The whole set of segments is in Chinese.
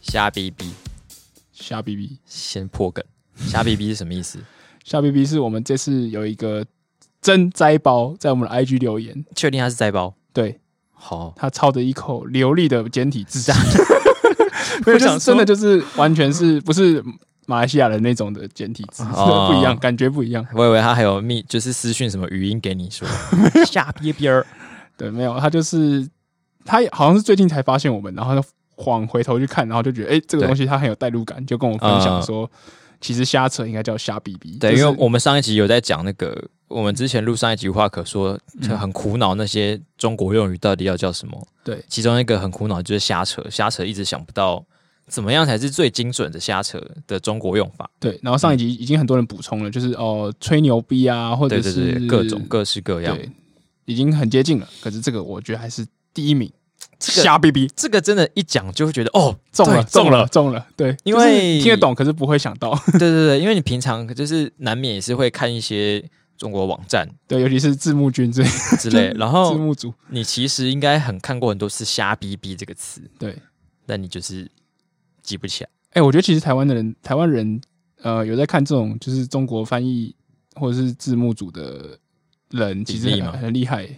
瞎逼逼，瞎逼逼，先破梗。瞎逼逼是什么意思？ 瞎逼逼是我们这次有一个真摘包在我们的 IG 留言，确定他是在包？对好，他操着一口流利的简 体字，没我有，就想是说真的就是完全是不是马来西亚人那种的简体字，哦不一样，感觉不一样。我以为他还有密，就是私讯什么语音给你说瞎逼逼儿。对，没有，他就是他好像是最近才发现我们，然后他晃回头去看，然后就觉得哎、诶这个对东西他很有代入感，就跟我分享嗯说，其实瞎扯应该叫瞎逼逼。对，就是因为我们上一集有在讲那个，我们之前录上一集无话可说，就很苦恼那些中国用语到底要叫什么。对其中一个很苦恼就是瞎扯，瞎扯一直想不到怎么样才是最精准的瞎扯的中国用法。对，然嗯后上一集已经很多人补充了，就是哦、吹牛逼啊，或对者对是对，对各种各式各样。对，已经很接近了。可是这个我觉得还是第一名，个瞎逼逼这个真的，一讲就会觉得哦，中了对中中了。中了，对，因就是为听得懂，可是不会想到，对对对，因为你平常就是难免也是会看一些中国网站对，尤其是字幕君这类之类， 然后字幕组，你其实应该很看过很多次“瞎逼逼”这个词，对。但你就是记不起来。哎、我觉得其实台湾的人，台湾人，呃，有在看这种就是中国翻译或者是字幕组的人，其实比例很吗很厉害，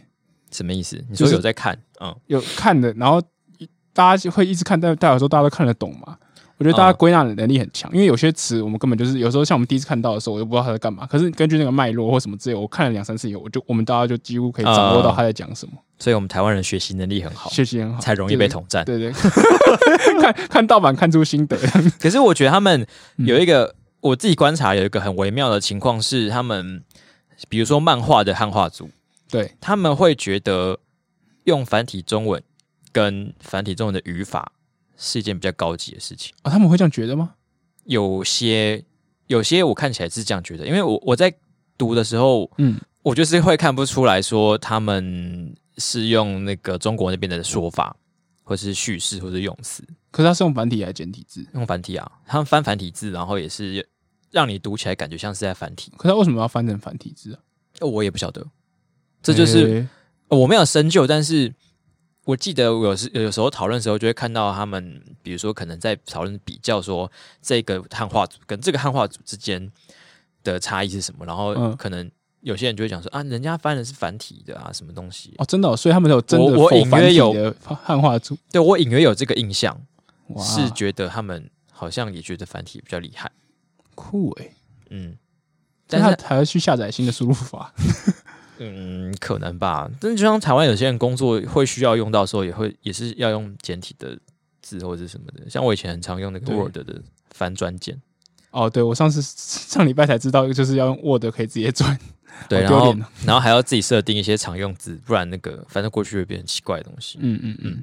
什么意思？你就说是有在看？嗯，有看的，然后一大家就会一直看，但代表说大家都看得懂嘛。我觉得大家嗯归纳的能力很强，因为有些词我们根本就是有时候像我们第一次看到的时候，我就不知道他在干嘛。可是根据那个脉络或什么之类，我看了两三次以后，我就我们大家就几乎可以掌握到他在讲什么，所以我们台湾人学习能力很好，学习很好，才容易被捅。统战。对对，看看盗版看出心得，可是我觉得他们嗯有一个，我自己观察有一个很微妙的情况是，他们比如说漫画的汉化组，对他们会觉得用繁体中文跟繁体中文的语法是一件比较高级的事情。啊，他们会这样觉得吗？有些有些我看起来是这样觉得，因为我我在读的时候，嗯，我就是会看不出来说他们是用那个中国那边的说法，或是叙事，或是用词，可是他是用繁体还是简体字？用繁体啊，他们翻繁体字，然后也是让你读起来感觉像是在繁体，可他为什么要翻成繁体字啊？呃我也不晓得，这就是、诶呃我没有深究，但是。我记得我有时有时候讨论的时候，就会看到他们，比如说可能在讨论比较说这个汉化组跟这个汉化组之间的差异是什么，然后嗯可能有些人就会讲说啊，人家翻的是繁体的啊，什么东西，哦，真的哦、所以他们有真的我我否隐繁约体有的汉化组，对我隐约有这个印象，哇，是觉得他们好像也觉得繁体比较厉害，酷诶、嗯，但但他是还要去下载新的输入法，嗯，可能吧。但就像台湾有些人工作会需要用到的时候，也会也是要用简体的字或者是什么的，像我以前很常用那个对 Word 的翻转键， 哦，对我上次上礼拜才知道，就是要用 Word 可以直接转，对，然好丢后脸哦然后还要自己设定一些常用字，不然那个反正过去会变成奇怪的东西。嗯嗯嗯，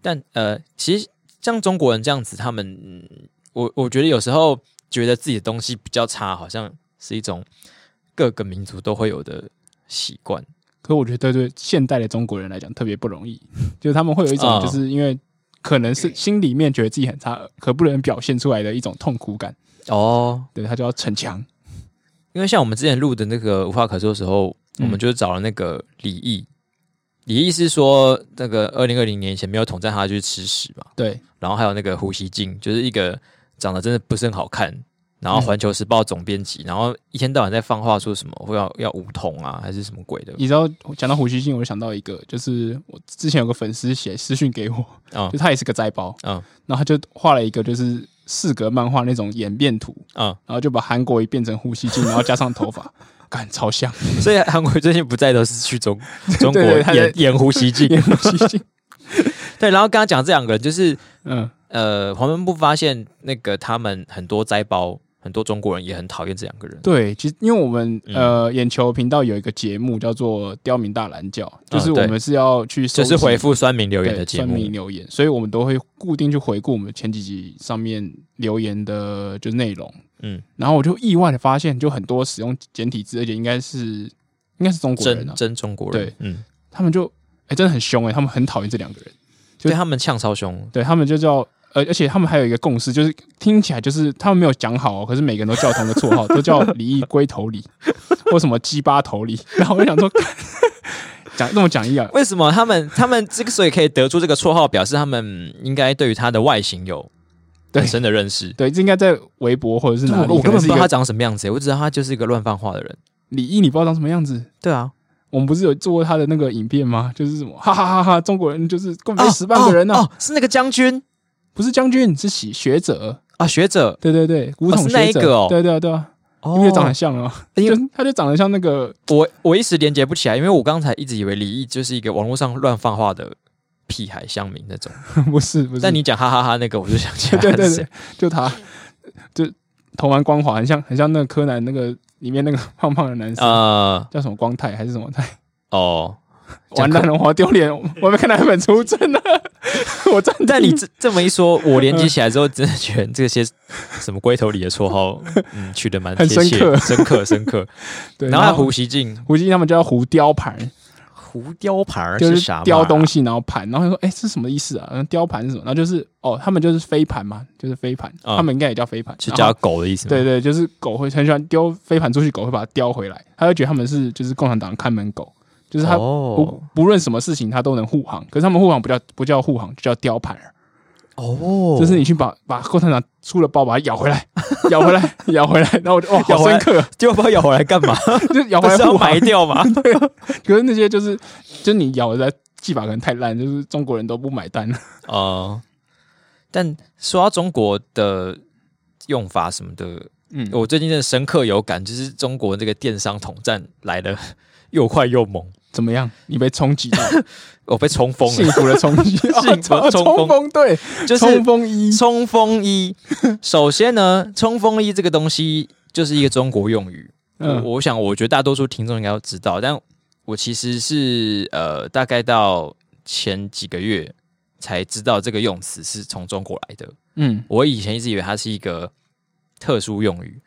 但呃，其实像中国人这样子，他们嗯我我觉得有时候觉得自己的东西比较差，好像是一种各个民族都会有的习惯。可我觉得对现代的中国人来讲特别不容易，就是他们会有一种哦就是因为。可能是心里面觉得自己很差，可不能表现出来的一种痛苦感，哦，对他就要逞强。因为像我们之前录的那个无话可说的时候，我嗯们就找了那个李毅。李毅是说，那个二零二零年以前没有统战他就去吃屎嘛，对，然后还有那个胡锡进，就是一个长得真的不是很好看，然后《环球时报》总编嗯辑，然后一天到晚在放话说什么会要要武统啊，还是什么鬼的你知道讲到胡锡进，我就想到一个，就是我之前有个粉丝写私讯给我，啊就他也是个斋包，嗯然后他就画了一个就是四格漫画那种演变图，啊！然后就把韩国瑜变成呼吸镜，然后加上头发，感超像所以韩国最近不在都是去中中国 对对他在演演胡锡 进。演呼吸镜。对，然后刚刚讲这两个人，就是嗯，呃，黄文部发现那个他们很多灾包，很多中国人也很讨厌这两个人。对，其实因为我们嗯呃眼球频道有一个节目叫做《刁民大蓝教》，就是嗯我对们是要去就收集是回复酸民留言对的节算目，命留言，所以我们都会固定去回顾我们前几集上面留言的就内容。嗯，然后我就意外的发现，就很多使用简体字，而且应该是应该是中国人真啊，真中国人对，嗯，他们就哎、真的很凶哎、他们很讨厌这两个人。就对他们呛超凶，对他们就叫，呃，而且他们还有一个共识，就是听起来就是他们没有讲好、哦，可是每个人都叫同一个绰号， 都叫李毅龟头李，或什么鸡巴头李。然后我就想说，讲这么讲一啊，为什么他们他们之所以可以得出这个绰号，表示他们应该对于他的外形有对很深的认识。啊对，这应该在微博或者是就哪里？我我根本不可能是知一个道他长什么样子，我只知道他就是一个乱放话的人。李毅，你不知道长什么样子。对啊，我们不是有做过他的那个影片吗？就是什么哈哈哈哈，中国人就是根本哦就十万个人啊呐、哦哦是那个将军不是将军，是学学者，啊，学者对对对，古哦董是那一学者，个哦对对啊对啊，因哦为长得像啊，因就为是他就长得像那个， 我我一时连接不起来，因为我刚才一直以为李毅就是一个网络上乱放话的屁孩乡民那种，不是不是，但你讲哈哈哈那个，我就想起来 对对是对谁，就他，就头玩光滑，很像很像那个柯南那个里面那个胖胖的男生，呃叫什么光太还是什么太？哦，这样完蛋了，我好丢脸，我还没看到那本出真 的，我真的但你这这么一说，我连接起来之后，真的觉得这些什么龟头里的绰号，嗯，取得蛮贴很深切，刻深刻，深刻。 对，然后还然有后胡锡进，胡进他们叫胡雕盘，胡雕盘儿就是是啥嘛？雕东西然后盘，然后他说哎、是什么意思啊？嗯雕盘是什么？然后就是哦，他们就是飞盘嘛，就是飞盘，嗯他们应该也叫飞盘，是然后叫狗的意思吗？对对，就是狗会很喜欢丢飞盘出去，狗会把它叼回来，他就觉得他们是就是共产党的看门狗，就是他不、哦不论什么事情他都能护航，可是他们护航不叫不叫护航，就叫叼盘儿，哦，就是你去把把共产党出了包把它咬回来， 咬回来，咬回来，然后我就哇咬好回来 深刻， 就把它咬回来干嘛？就咬不回来是要护埋航，掉 吗？可是那些就是就是你咬的技法可能太烂，就是中国人都不买单了，哦，但说到中国的用法什么的，嗯，我最近真的深刻有感，就是中国这个电商统战来的 又快又猛，怎么样？你被 冲击到，我被冲锋幸了，福的冲 击，哦幸福的冲锋冲锋对，就是冲锋衣，冲锋衣。首先呢，冲锋衣这个东西就是一个中国用语，嗯我我想我觉得大多数听众应该都知道，但我其实是呃，大概到前几个月才知道这个用词是从中国来的。嗯我以前一直以为它是一个特殊用语，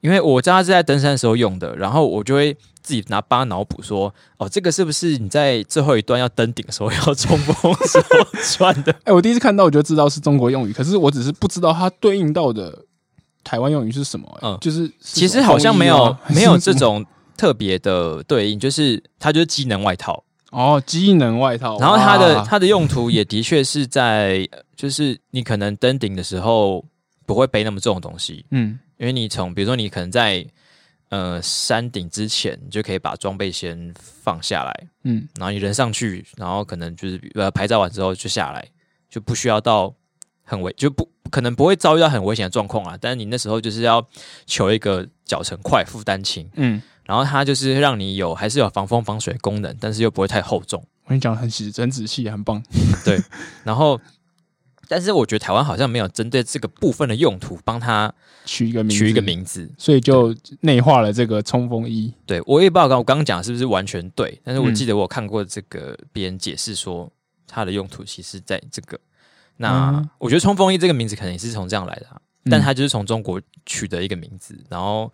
因为我知道它是在登山的时候用的，然后我就会自己拿巴脑补说，哦，这个是不是你在最后一段要登顶的时候要冲锋的时候穿的？哎、我第一次看到我就知道是中国用语，可是我只是不知道它对应到的台湾用语是什么、哎嗯就是其实好像没 有是什么啊没有这风衣吗种特别的对应，就是它就是机能外套，哦，机能外套。然后它的哇它的用途也的确是在，呃就是你可能登顶的时候不会背那么重的东西，嗯因为你从比如说你可能在呃山顶之前，你就可以把装备先放下来，嗯然后你人上去，然后可能就是呃拍照完之后就下来，就不需要到很危，就不可能不会遭遇到很危险的状况啊。但是你那时候就是要求一个脚程快、负担轻，嗯，然后它就是让你有还是有防风防水的功能，但是又不会太厚重。我跟你讲得很仔很仔细，很棒。然后，但是我觉得台湾好像没有针对这个部分的用途帮它取一个名，取一个，名字。所以就内化了这个冲锋衣。对我也不知道刚我刚刚讲的是不是完全对，但是我嗯记得我有看过这个别人解释说它的用途其实在这个。那、嗯我觉得冲锋衣这个名字可能也是从这样来的、啊，但嗯它就是从中国取的一个名字。然后，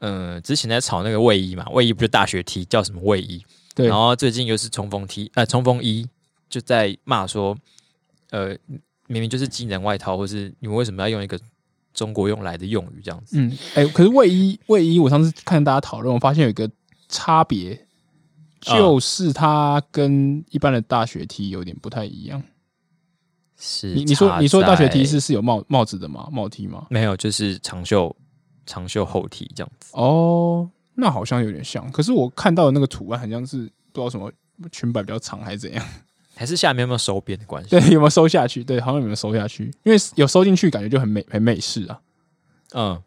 呃，之前在炒那个卫衣嘛，卫衣不就大学 T 叫什么卫衣？对然后最近又是冲锋 T，呃，冲锋衣就在骂说，呃，明明就是机能外套，或是你们为什么要用一个中国用来的用语这样子？嗯，哎、可是卫衣卫衣，我上次看大家讨论，我发现有一个差别，啊就是它跟一般的大学 T 有点不太一样。是你你说插你说大学在 T 是是有帽帽子的吗？帽 T 吗？没有，就是长袖长袖后 T 这样子。哦，那好像有点像。可是我看到的那个图案，好像是不知道什么裙摆比较长还是怎样。 还是下面有没有收边的关系？对，有没有收下去？对，好像有没有收下去？因为有收进去，感觉就很美很美式啊。嗯，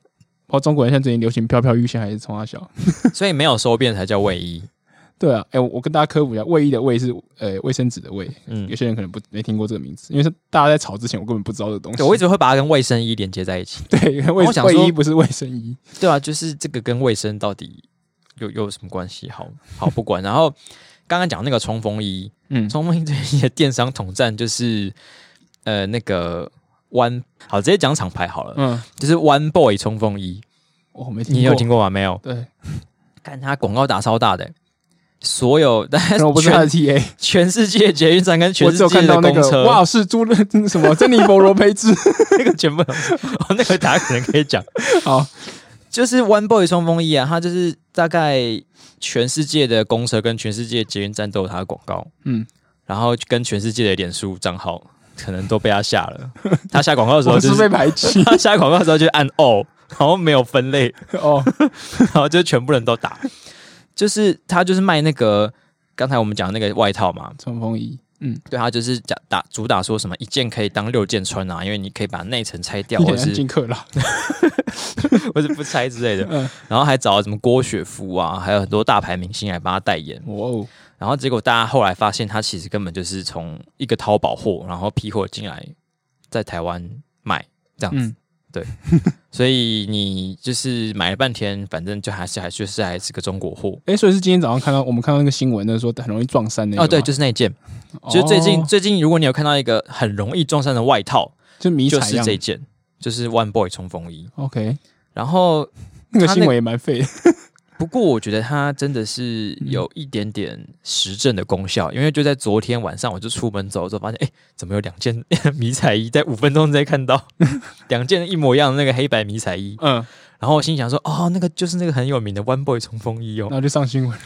哦，中国人现在最近流行飘飘欲仙还是冲他小？所以没有收边才叫卫衣。 对啊，哎、我我跟大家科普一下，卫衣的卫是呃卫生纸的卫，嗯有，些人可能不没听过这个名字，因为是大家在吵之前，我根本不知道这个东西。对，我一直会把它跟卫生衣连接在一起。 对卫我想说卫衣不是卫 生衣，对啊，就是这个跟卫生到底有有什么关系？好好不管。然后刚刚讲那个冲锋衣， 嗯，冲锋衣最近的电商统战就是呃那个 One，好直接讲厂牌好了，嗯，哦就是 One Boy 冲锋衣，我没听过，你有听过吗？没有，对，看它广告打超大的、欸所有但可能我不是他的哎全 TA，全世界捷运站跟全我世只有界看的到那公个车，哇，是朱乐 什么珍妮佛罗培兹， 那个全部都是，哦，那个大家可能可以讲，好，就是 One Boy 冲锋衣啊，它就是大概全世界的公车跟全世界捷运站都有它的广告，嗯然后跟全世界的脸书账号可能都被他下 了。他下广告的时候我就是是被排挤 他下广告的时候就按哦，然后没有分类，哦，然后就全部人都打。就是他就是卖那个刚才我们讲的那个外套嘛，冲锋衣，嗯， 对他就是讲打主打说什么一件可以当六件穿啊，因为你可以把内层拆掉，你或很者安是静克拉，或者不拆之类的 嗯。然后还找了什么郭雪芙啊，还有很多大牌明星来帮他代言。哇哦，然后结果大家后来发现，他其实根本就是从一个淘宝货，然后批货进来，在台湾卖这样子。嗯 所以你就是买了半天，反正就还是还就是还是个中国货。哎，所以是今天早上看到我们看到那个新闻，那说很容易撞衫那个哦，对，吗就是那一件，哦就是最近、最近，如果你有看到一个很容易撞衫的外套，就迷就彩是样这一件，就是 One Boy 冲锋衣。 ，OK，然后，那个他那新闻也蛮废的，不过我觉得它真的是有嗯一点点实证的功效，因为就在昨天晚上，我就出门走的时候发现，哎，怎么有两件 迷彩衣在五分钟之内看 到两件一模一样的那个黑白迷彩衣，嗯，然后我心想说，哦，那个就是那个很有名的 One Boy 冲锋衣哦 然，后就上新闻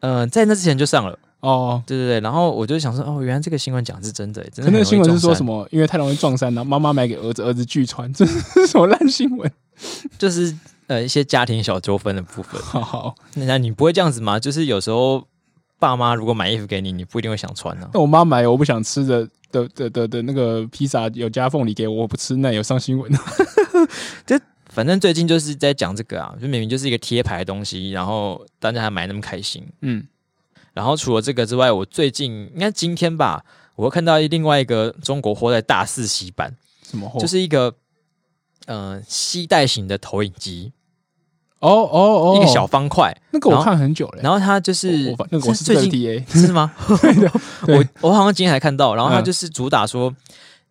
嗯、在那之前就上了。哦。对对对，然后我就想说，哦，原来这个新闻讲是真的耶，真可的。那个新闻是说什么？么？因为太容易撞衫，然后妈妈买给儿子，儿子拒穿， 这是什么烂新闻？ 就是呃一些家庭小纠纷的部分。好好，那那你不会这样子吗？就是有时候爸妈如果买衣服给你，你不一定会想穿啊呢、那我妈买我不想吃的的的的的那个披萨有加凤梨给我，我不吃，那有上新闻。反正最近就是在讲这个啊，就明明就是一个贴牌的东西，然后大家还买那么开心。嗯，然后除了这个之外，我最近应该今天吧，我又看到另外一个中国货在大四喜版， 什么货？就是一个呃吸带型的投影机，哦哦哦，一个小方块，那个我看很久了、然后它就是我我那个我是最近 D A， 是吗？对 我我好像今天还看到，然后它嗯就是主打说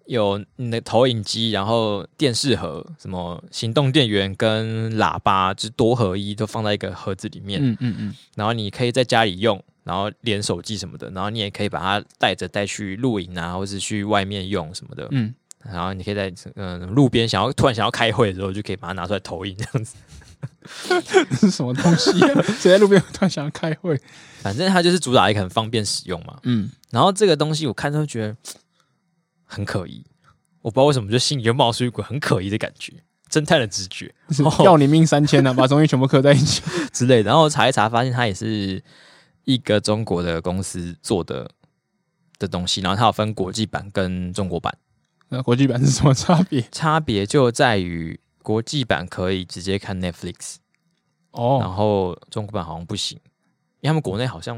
有你的投影机，然后电视盒、什么行动电源跟喇叭，就是多合一都放在一个盒子里面，嗯嗯嗯，然后你可以在家里用，然后连手机什么的，然后你也可以把它带着带去露营啊，或是去外面用什么的，嗯 然后你可以在嗯、路边想要突然想要开会的时候，就可以把它拿出来投影这 样子。这是什么东西、啊？ 谁在路边突然想要开会？反正它就是主打一个很方便使用嘛。嗯，然后这个东西我看都觉得很可疑，我不知道为什么就心里就冒出一股很可疑的感觉，侦探的直觉 是哦要你命三千呢、啊，把东西全部刻在 一起。之类的。然后查一查，发现它也是一个中国的公司做的的东西，然后它有分国际版跟中国版，那国际版是什么差别？差别就在于国际版可以直接看 Netflix，、哦，然后中国版好像不行，因为他们国内好像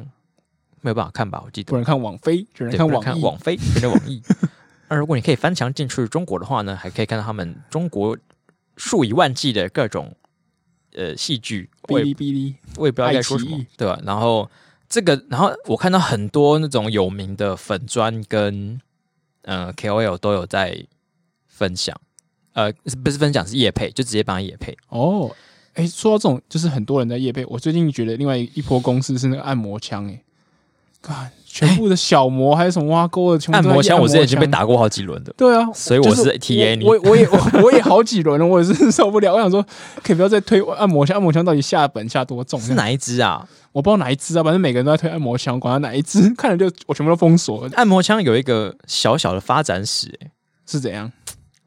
没有办法看吧，我记得不。能看网飞，只能对，看不能网看易。网飞，不能网易。 那如果你可以翻墙进去中国的话呢，还可以看到他们中国数以万计的各种呃戏剧，我哔也哩哔哩，我也不知道该说什爱奇么艺，对吧、然后这个，然后我看到很多那种有名的粉砖跟呃 KOL 都有在分享，呃，是不是分享是夜配，就直接帮他夜配。哦，哎、说到这种，就是很多人在夜配。我最近觉得另外一波公司是那个按摩枪、哎，看全部的小摩还有什么挖沟的，全部按都在摩枪夜我之前已经被枪。打过好几轮的，对啊，所以就我是是 TA 你我我我也 我我也好几轮了，我也是受不了。我想说，可以不要再推按摩枪，按摩枪到底下本下多 重？是哪一支啊？我不知道哪一支啊，反正每个人都在推按摩枪，管他哪一支， 看了就我全部都封锁，按摩枪有一个小小的发展史、欸是怎样？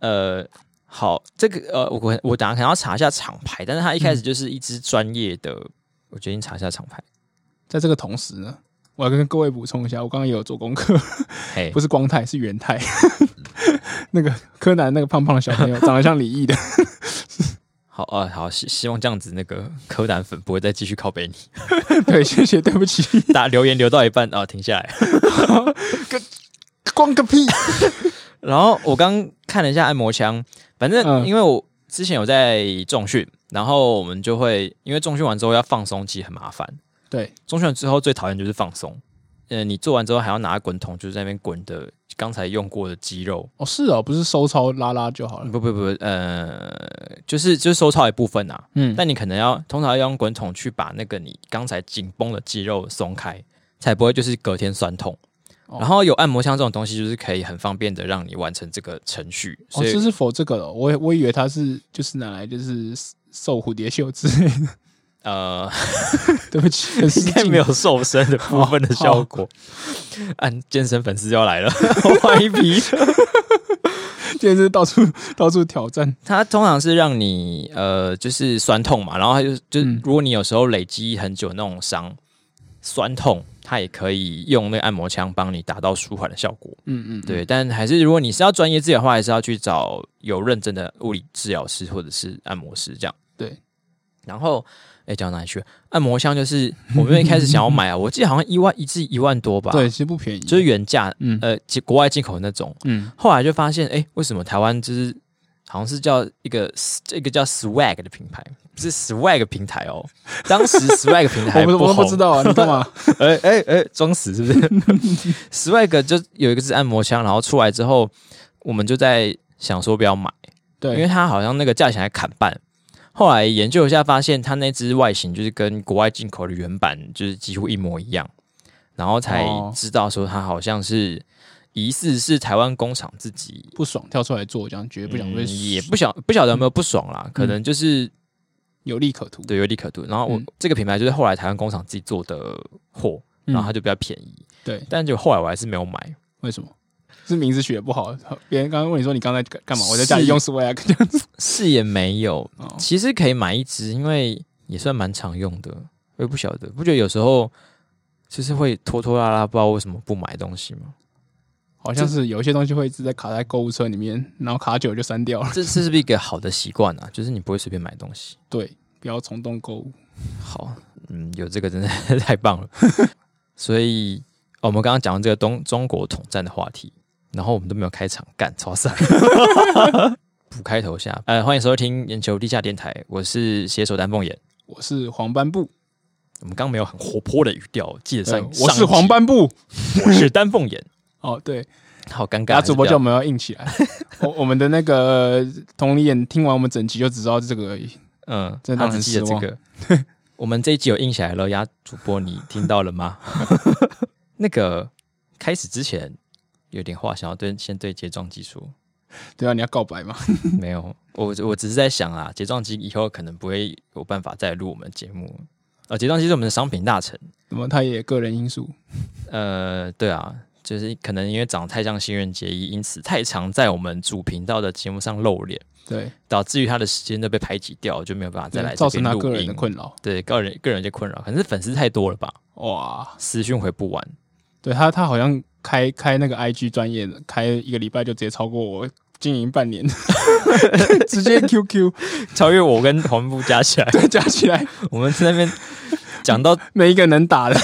呃，好，这个呃，我我我等下可能要查一下厂牌，但是它一开始就是一支专业的，我决定查一下厂牌。在这个同时呢，我要跟各位补充一下，我刚刚也有做功课，嘿不，是光泰，是元泰。嗯 那个柯南那个胖胖的小朋友，长得像李毅的， 好呃，好，希希望这样子那个柯南粉不会再继续拷贝你，对，谢谢，对不起，打留言留到一半啊、停下来。 光个屁。然后我刚看了一下按摩枪，反正嗯因为我之前有在重训，然后我们就会因为重训完之后要放松，其实很麻烦。对，中训完之后最讨厌就是放松，呃，你做完之后还要拿滚筒，就是在那边滚的刚才用过的肌肉，哦，是哦，不是收操拉拉就好了。不不不，呃，就是就是收操一部分啊，嗯，但你可能要通常要用滚筒去把那个你刚才紧绷的肌肉松开，才不会就是隔天酸痛。哦然后有按摩枪这种东西，就是可以很方便的让你完成这个程序，哦，所以、这是否这个了？我我以为它是就是拿来就是。受蝴蝶袖之类的， 呃，对不起，很失应该敬 没有瘦身的部分的效果。 按健身粉丝要来 了，我换一批。今天是到处到处挑战，它通常是让你呃，就是酸痛嘛，然后它就就嗯如果你有时候累积很久那种伤酸痛，它也可以用那个按摩枪帮你达到舒缓的效果。嗯嗯，对，但还是如果你是要专业治疗的话，还是要去找有认证的物理治疗师或者是按摩师这样。对，然后哎，讲到哪里去了？按摩枪就是我们一开始想要买啊，我记得好像一万一支一万多吧，对，，其实不便宜，就是原价，嗯呃，进国外进口的那种。嗯，后来就发现，哎、为什么台湾就是好像是叫一个这个叫 Swag 的品牌，是 Swag 平台哦。当时 Swag 平台还我不不我都不知红，道啊，你干嘛？哎哎哎，装死是不 是？Swag 就有一个是按摩枪，然后出来之后，我们就在想说不要买，因为对，它好像那个价钱还砍半。后来研究一下，发现它那只外形就是跟国外进口的原版就是几乎一模一样，然后才哦知道说它好像是疑似是台湾工厂自己不爽跳出来做，这样绝对不想被嗯也不晓不晓得有没有不爽啦，可能就是有利可图，对有利可图。然后我、嗯这个品牌就是后来台湾工厂自己做的货，嗯然后它就比较便宜，对，但就后来我还是没有买。为什么？是名字取得不好，别人刚刚问你说你刚才干干嘛？我在家里用 swag 这样子。是也没有，哦其实可以买一支，因为也算蛮常用的。我也不晓得，不觉得有时候就是会拖拖拉拉，不知道为什么不买东西吗？好像是有一些东西会一直在卡在购物车里面，然后卡久了就删掉了。这这是不是一个好的习惯啊？就是你不会随便买东西。对，不要冲动购物。好，嗯，有这个真的 太棒了。所以、哦我们刚刚讲到这个东中国统战的话题，然后我们都没有开场，干超傻。 补开头下，呃，欢迎收听眼球地下电台，我是携手丹凤眼。我是黄斑布，我们刚刚没有很活泼的语调，记得对上。呃我是黄，班，斑布。我是丹凤眼，哦，对，好尴尬。然后主播还是叫我不们要硬起来。我我们的那个同理眼听完我们整集就只知道这个而已。要嗯，真的他让只记得人失这望个。 我们这一集有印起来了，呀，主播你听到了吗？ 那个开始之前有点话想要对先对睫状肌说。对啊，你要告白吗？ 没有，我我只是在想啊，睫状肌以后可能不会有办法再录我们的节目。呃，睫状肌是我们的商品大臣。那么他也有个人因素，呃，对啊，就是可能因为长得太像新垣结衣，因此太常在我们主频道的节目上露脸，对，导致于他的时间都被排挤掉，就没有办法再来这嗯造成边他录个人的音困扰。对个人个人的困扰，可能是粉丝太多了吧，哇，私讯回不完。对他，他好像开开那个 IG 专业的，开一个礼拜就直接超过我经营 半年，直接 QQ 超越我跟黄部加起来，对加起来，我们在那边讲到每一个能打的，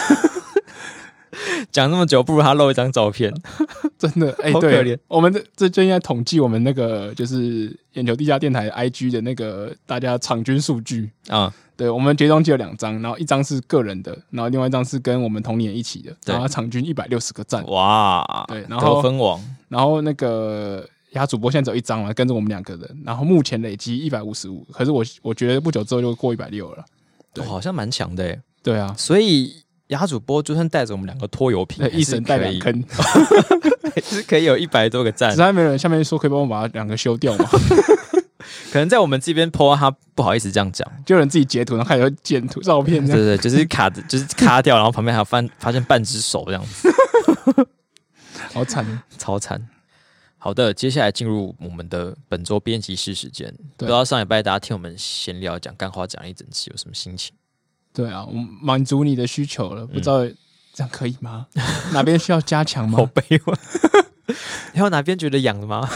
讲那么久，不如他露一张照片。 真的哎、好可对怜，我们这这就应该统计我们那个就是眼球地下电台 IG 的那个大家场均数据。啊、对我们绝踪记有两张，然后一张是个人的，然后另外一张是跟我们同年一起的，对然后场均一百六十个赞，哇，对然后得分王，然后那个雅主播现在只有一张嘛，跟着我们两个人，然后目前累积一百五十五，可是我我觉得不久之后就过一百六了。对好像蛮强的耶。对啊，所以雅主播就算带着我们两个拖油瓶对，，一神神 带两坑，只是可以有一百多个赞是。还没有人下面说可以帮我把两个修掉嘛， 可能在我们这边 PO 啊他不好意思这样 讲，就有人自己截图，然后开始剪图照片对这 样。对，对就是卡的， 就是卡掉，然后旁边还有发发现半只手这样子，好惨。超惨。好的，接下来进入我们的本周编辑室时间。不对知道上礼拜大家听我们闲聊讲干话讲了一整期有什么心情？对啊，我满足你的需求了，不知道这样可以吗？ 哪边需要加强 好吗？悲 观。还有哪边觉得痒的吗？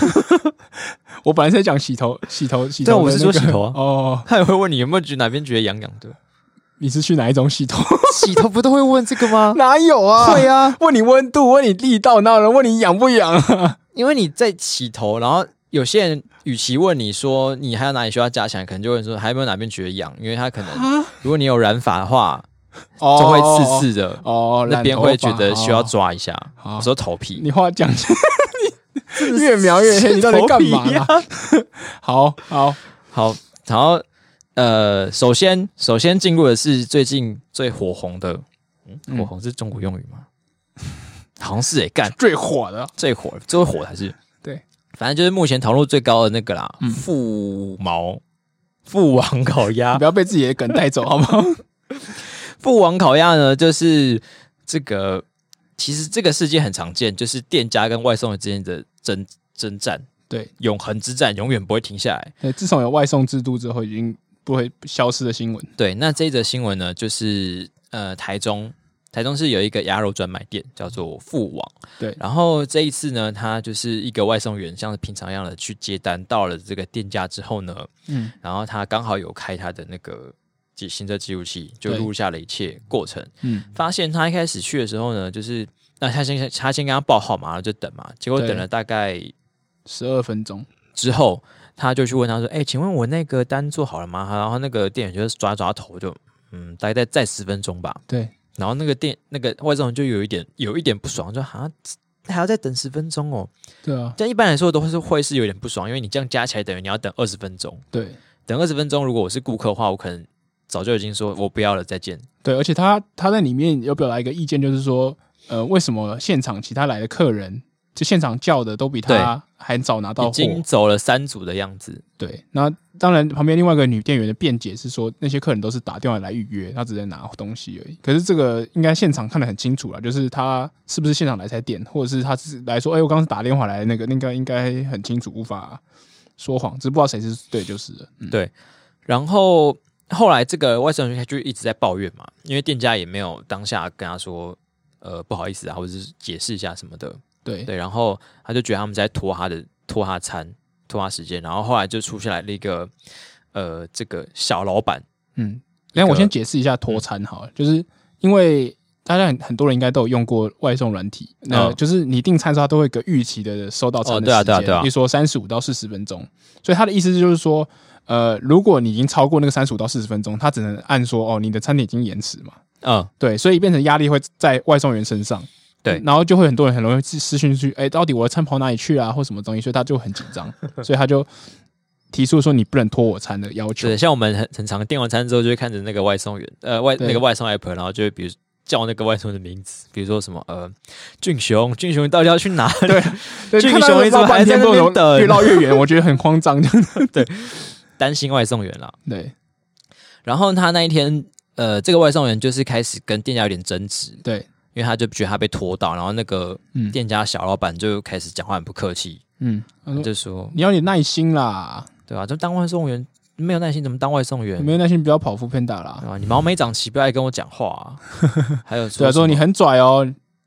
我本来是在讲洗头、洗头、洗对啊头的那个。我是说洗头啊 哦，他也会问你有没有觉得哪边觉得痒痒的？你是去哪一种洗头？ 洗头不都会问这个吗？ 哪有啊会 会啊，啊，问你温度，问你力道，哪有人问你痒不痒啊？因为你在洗头，然后有些人与其问你说你还有哪里需要加强，可能就会说还有没有哪边觉得痒，因为他可能如果你有染发的话，啊哦就会刺刺的，哦，那边染头发会觉得需要哦抓一下。好我说头皮，你话讲， 你越描越黑，你到底干嘛头皮呀？啦好好， 好，然后呃，首先首先进入的是最近最火红的，嗯，嗯火红是中国用语吗？好像是诶、干最火的最火最火还是对，反正就是目前讨论最高的那个啦，腹毛父王烤鸭你 不，要被自己的梗带走，好 不好？父王烤鸭呢，就是这个，其实这个事件很常见，就是店家跟外送员之间的争征战，对，永恒之战永远不会停下来。呃自从有外送制度之后，已经不会消失的新闻。对，那这一则新闻呢，就是呃，台中台中市有一个鸭肉专卖店叫做父王，对然后这一次呢，他就是一个外送员，像是平常一样的去接单，到了这个店家之后呢，嗯，然后他刚好有开他的那个记行车记录器，就对录下了一切过程。嗯，发现他一开始去的时候呢，就是那他先他先跟他报号码，然后就等嘛，结果对等了大概十二分钟，之后，他就去问他说：“哎、请问我那个单做好了吗？”然后那个店员就是抓抓头就，嗯，大概再再十分钟吧。对，然后那个店那个外送员就有一点 有一点不爽，就好像还要再等十分钟哦。对啊，但一般来说都是会是有点不爽，因为你这样加起来等于你要等二十分钟，对等二十分钟，如果我是顾客的话，我可能早就已经说我不要了，再见。对，而且他他在里面有表达一个意见，就是说，呃，为什么现场其他来的客人，就现场叫的都比他还早拿已到货？经走了三组的样子，对，那当然，旁边另外一个女店员的辩解是说，那些客人都是打电话来预约，他只是拿东西而已。可是这个应该现场看得很清楚了，就是他是不是现场来才点，或者是他是来说，哎、我刚刚是打电话来的那个，那个应该很清楚，无法说谎，只是不知道谁是对就是了。嗯，然后后来这个外送员就一直在抱怨嘛，因为店家也没有当下跟他说，呃，不好意思啊，或者是解释一下什么的。对对，然后他就觉得他们在拖他的拖他餐拖他时间，然后后来就出现来了一个呃这个小老板，嗯，那我先解释一下脱餐好嗯了，就是因为大家很很多人应该都有用过外送软体，那、嗯就是你订餐的时候，它都会有一个预期的收到餐的时哦对间，啊对啊对啊比如说三十五到四十分钟，所以他的意思就是说，呃，如果你已经超过那个三十五到四十分钟，他只能按说哦，你的餐点已经延迟嘛，嗯，对，所以变成压力会在外送员身上。对然后就会很多人很容易私私讯去，哎、到底我的餐跑哪里去啊，或什么东西，所以他就很紧 张，所以他就提出说你不能拖我餐的要求对，。像我们很很常订完餐之后，就会看着那个外送员，呃，外对那个外送 app，然后就会比如叫那个外送员的名字，比如说什么呃，俊雄，俊雄到底要去哪 里？对，俊看到雄那一绕直半还在天那都边有等越绕越远，我觉得很慌张。担心外送员啦。 对然后他那一天，呃，这个外送员就是开始跟店家有点争执，对，因为他就觉得他被拖到，然后那个嗯店家小老板就开始讲话很不客气，嗯，他说就说你要有点耐心啦，对啊吧、就当外送员没有耐心怎么当外送员？没有耐心不要跑副片打对啦。吧？你毛没长齐，不要来跟我讲话、 啊。还有对啊，说什么你很拽哦，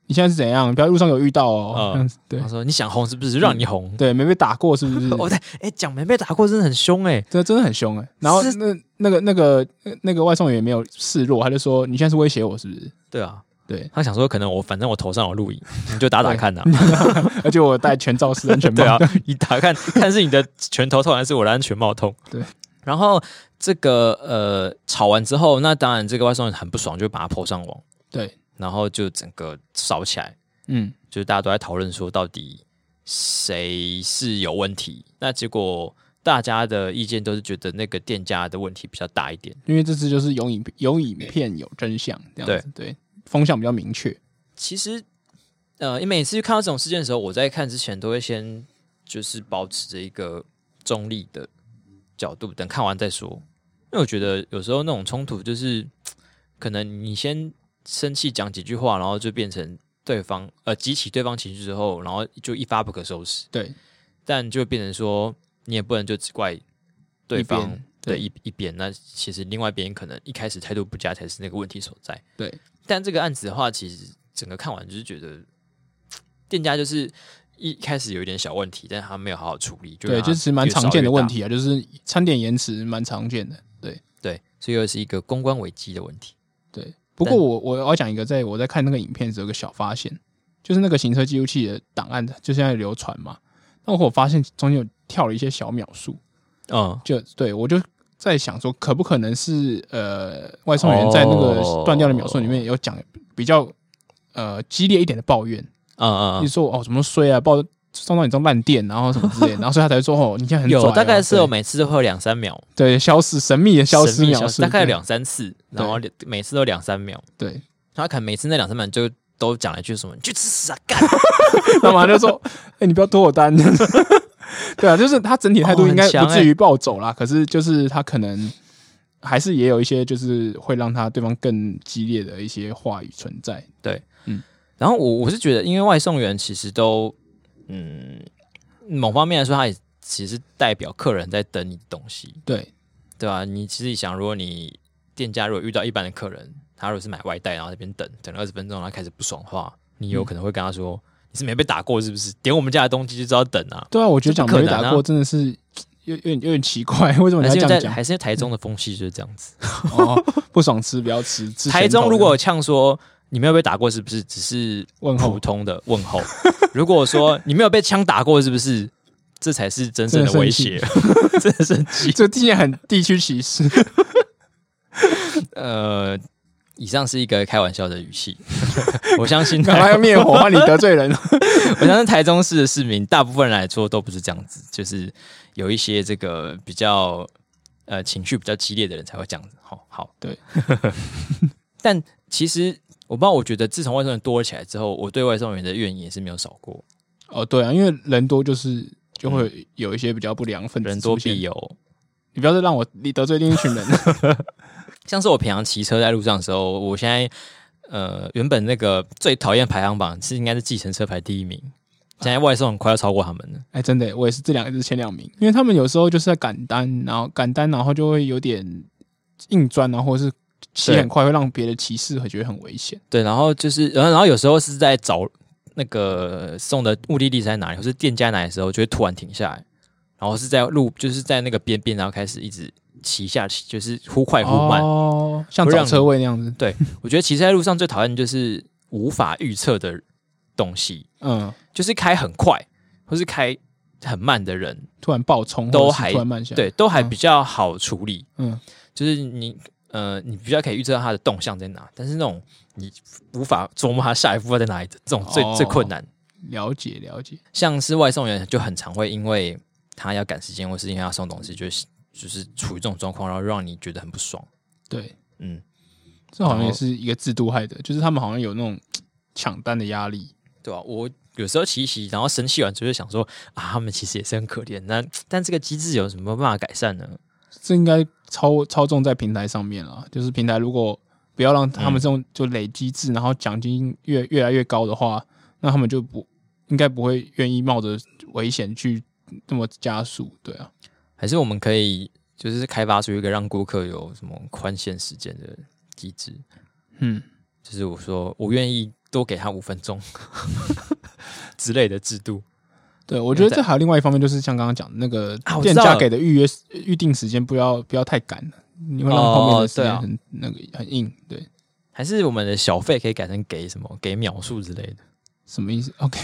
你现在是怎样？不要路上有遇到嗯哦。这样子对他说你想红是不是？让你红。 对，没被打过是 不是？哦，对，哎，蒋梅被打过真的很凶哎、这真的很凶哎。然后是那那个那个那个外送员也没有示弱，他就说你现在是威胁我是不是？对啊，对， 他想说可能我反正我头上有录影，你就打打看呐、啊而且我戴全罩式安全帽。对啊，你打看看是你的拳头痛还是我的安全帽痛？对。然后这个呃吵完之后，那当然这个外送员很不爽，就把他泼上网，对，然后就整个烧起来，嗯，就是大家都在讨论说到底谁是有问题。那结果大家的意见都是觉得那个店家的问题比较大一点。因为这次就是有影有影片有真相这样子，对，风向比较明确。其实，呃，你每次看到这种事件的时候，我在看之前都会先就是保持着一个中立的角度，等看完再说。因为我觉得有时候那种冲突就是，可能你先生气讲几句话，然后就变成对方呃激起对方情绪之后，然后就一发不可收拾。对，但就变成说，你也不能就只怪对一边方对的一一边，那其实另外一边可能一开始态度不佳才是那个问题所在。对，但这个案子的话，其实整个看完就是觉得店家就是一开始有一点小问题，但他没有好好处理，就对，让它就其实蛮啊越烧常见的越大问。题啊，就是餐点延迟蛮常见的。对对，所以又是一个公关危机的问题。对，不过但我我要讲一个，在我在看那个影片时有个小发现，就是那个行车记录器的档案就现在流传嘛，那我发现中间有跳了一些小秒数，嗯，就对我就在想说，可不可能是呃外送员在那个哦断掉的秒数里面有讲比较呃激烈一点的抱怨，嗯就嗯是说哦怎么衰啊，抱送到你这种烂店，啊然后什么之类的，然后所以他才说哦你现嗯，在很拽有哦大概是有对每次都会有两三秒对消失神秘的消失神秘秒数，大概有对两三次，然后每次都两三秒，对。 他可能每次那两三秒就都讲了一句什么“你去吃屎啊干”，干嘛就说：“哎、你不要拖我单。” 对啊，就是他整体态度哦应该很强不欸至于暴走啦，可是就是他可能还是也有一些就是会让他对方更激烈的一些话语存在。然后我我是觉得，因为外送员其实都，嗯，某方面来说，他也其实代表客人在等你的东西，对，对吧、你其实想，如果你店家如果遇到一般的客人，他如果是买外带，然后在那边等等了二十分钟，然后开始不爽的话，你嗯有可能会跟他说：“你是没被打过是不是？点我们家的东西就知道等啊。对啊，我觉得这讲不可没能啊打过真的是有有点有点奇怪，为什”么还你要是这因样为在讲？嗯还是因为台中的风气就是这样子。哦， 不爽吃不要吃。吃台拳头中如果有呛说你没有被打过是不是，只是问普候通的问候； 如果说你没有被枪打过是不是，这才是真正的威胁， 真的生 气。这听起来很地区歧视。 呃，以上是一个开玩笑的语 气，我相信干嘛要灭火？怕你得罪人。我相信台中市的市民，大部分人来说都不是这样子，就是有一些这个比较呃情绪比较激烈的人才会这样子。好、好，对。但其实我不知道，我觉得自从外送员多了起来之后，我对外送员的怨言也是没有少过，哦，对啊，因为人多就是就会有一些比较不良分子嗯人多出现必有。你不要再让我你得罪另一群人。像是我平常骑车在路上的时候，我现在呃原本那个最讨厌排行榜是应该是计程车排第一名，现在外送很快要超过他们了。 哎，真的耶，我也是这两个是前两名，因为他们有时候就是在赶单，然后赶单，然后就会有点硬钻，然后或者是骑对很快，会让别的骑士会觉得很危险。对，然后就是，然后然后有时候是在找那个送的目的地是在哪里，或是店家哪里的时候，就会突然停下来，然后是在路就是在那个边边，然后开始一直骑下去，就是忽快忽慢。哦，像不找让车位那样子。我觉得骑车在路上最讨厌就是无法预测的东西，嗯，就是开很快或是开很慢的人，突然爆冲，都或者是还突然慢下来。对，都还嗯比较好处理。嗯，就是你呃，你比较可以预测到它的动向在哪，但是那种你无法琢磨它下一步要在哪里的这种最、最困哦难。了解了解。像是外送员就很常会因为他要赶时间，或是因为他送东西，就是就是处于这种状况，然后让你觉得很不爽。对，嗯，这好像然也后是一个制度害的，就是他们好像有那种抢单的压力。对吧、我有时候骑一骑，然后生气完之后就想说啊，他们其实也是很可怜，那但这个机制有什么办法改善呢？这应该操操纵在平台上面了，就是平台如果不要让他嗯们这种就累积制，然后奖金越越来越高的话，那他们就不应该不会愿意冒着危险去这么加速，对啊，还是我们可以就是开发出一个让顾客有什么宽限时间的机制？嗯，就是我说我愿意多给他五分钟之类的制度。对我觉得这还有另外一方面，就是像刚刚讲的那个啊我知店道家了给的预约预定时间不要不要太赶了，你会让后面的哦时对间啊很、那个很硬，对，还是我们的小费可以改成给什么给秒数之类的。什么意思？OK，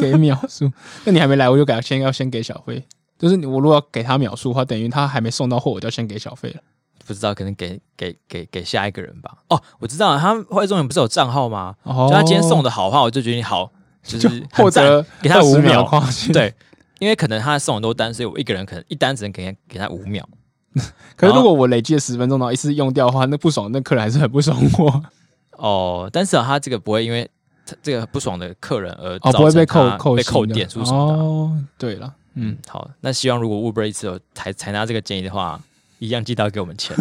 给给秒数， 那你还没来，我就给他先要先给小费。就是你我如果要给他秒数的话，等于他还没送到货，我就要先给小费了。不知道，可能给给给给下一个人吧。哦，我知道了，他外送员不是有账号吗？哦就他今天送的好的话，我就觉得你好，就是获很赞得给他五五 秒秒。跨界。，对，因为可能他送很多单，所以我一个人可能一单只能给他给他五秒。可是如果我累积了十分钟，然后一次用掉的话，那不爽，那客人还是很不爽 我。哦，但是啊，他这个不会因为他这个不爽的客人而哦，造不会成被扣他扣被扣薪的点数什么的啊。哦，对了，嗯嗯，，好，那希望如果 Uber 一次有采采纳这个建议的话，一样记得要给我们钱。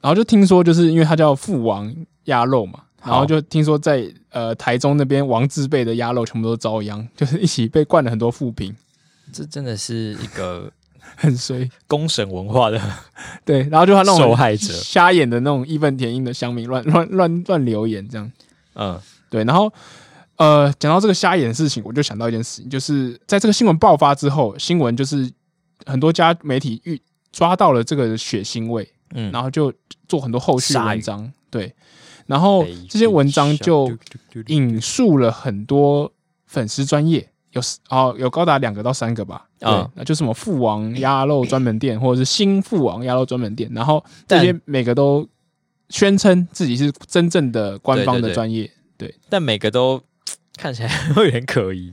然后就听说，就是因为他叫父王鸭肉嘛，然后就听说在呃台中那边王字辈的鸭肉全部都遭殃，就是一起被灌了很多负评，这真的是一个很衰。公审文化的对，然后就他那种受害者瞎眼的那种义愤填膺的乡民乱 乱乱乱留言这样。嗯对，然后呃，讲到这个瞎眼的事情，我就想到一件事情，就是在这个新闻爆发之后，新闻就是很多家媒体遇抓到了这个血腥味，嗯，然后就做很多后续杀人文章，对，然后哦这些文章就引述了很多粉丝专业，有哦有高达两个到三个吧，对啊，那就什么父王鸭肉专门店，或者是新父王鸭肉专门店，然后这但些每个都宣称自己是真正的官方对对的对专业。但每个都看起来有点可疑。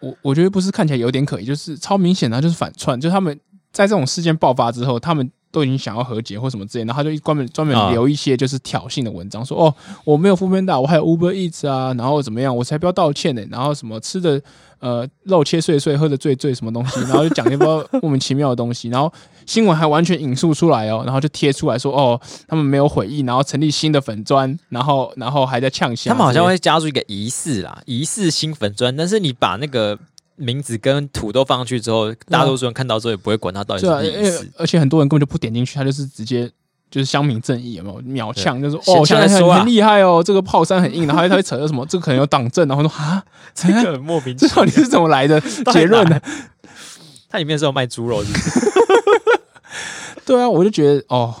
我我啊觉得不是看起来有点可疑，就是超明显的，就是反串，就是他们在这种事件爆发之后，他们都已经想要和解或什么之类，然后他就专门专啊门留一些就是挑衅的文章，说哦我没有负面大，我还有 Uber Eats 啊，然后怎么样，我才不要道歉呢、然后什么吃的呃肉切碎碎，喝的醉醉什么东西，然后就讲一些不知道莫名其妙的东西，然后新闻还完全引述出来哦，然后就贴出来说哦他们没有悔意，然后成立新的粉砖，然后然后还在呛下， 他们好像会加入一个疑似啦，疑似新粉砖，但是你把那个名字跟图都放上去之后，大多数人看到之后也不会管它到底对啊，是因不是疑为似。而且很多人根本就不点进去，他就是直接就是乡民正义有没有秒呛，就是谁哦，呛现得在很说啊很厉害哦，这个炮山很硬，然后他会扯到什么，这个可能有党政，然后说啊，这个很莫名其 这到妙底，是怎么来的到底结论呢哪？它里面是有卖猪肉是不是，对啊，我就觉得哦，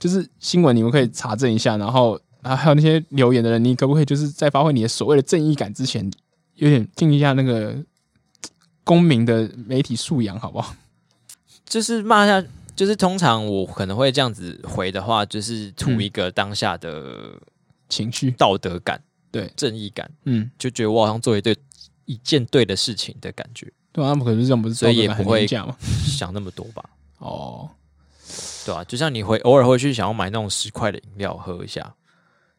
就是新闻你们可以查证一下，然后啊还有那些留言的人，你可不可以就是在发挥你的所谓的正义感之前，有点尽一下那个嘖公民的媒体素养，好不好？就是骂一下。就是通常我可能会这样子回的话，就是图一个当下的情绪，道德感、对，正义感，嗯，就觉得我好像做一对一件对的事情的感觉，对啊，他们可是这种不是所以也道德感不很会廉价嘛，想那么多吧。哦。对啊，就像你会偶尔会去想要买那种十块的饮料喝一下，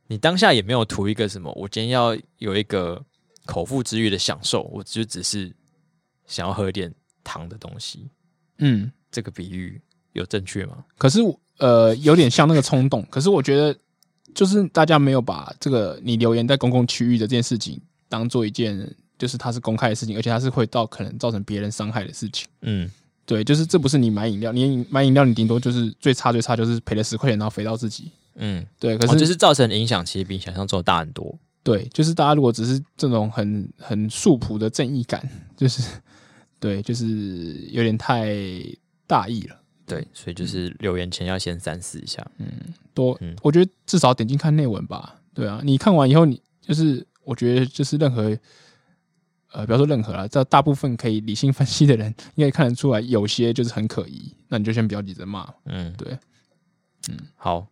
你当下也没有图一个什么，我今天要有一个口腹之欲的享受，我就只是想要喝一点糖的东西。嗯，这个比喻有正确吗？可是我呃，有点像那个冲动。可是我觉得，就是大家没有把这个你留言在公共区域的这件事情当做一件，就是它是公开的事情，而且它是会到可能造成别人伤害的事情。嗯，对，就是这不是你买饮料，你买饮料你顶多就是最差最差就是赔了十块钱，然后肥到自己。嗯，对，可可是、是、就是造成的影响其实比想象中的大很多。对，就是大家如果只是这种很很素朴的正义感，就是对，就是有点太大意了。对，所以就是留言前要先三思一下。多，嗯我觉得至少点进看内文吧。对啊，你看完以后你，就是我觉得就是任何，呃，不要说任何了，这大部分可以理性分析的人，应该看得出来有些就是很可疑，那你就先不要急着骂。嗯，对，嗯好，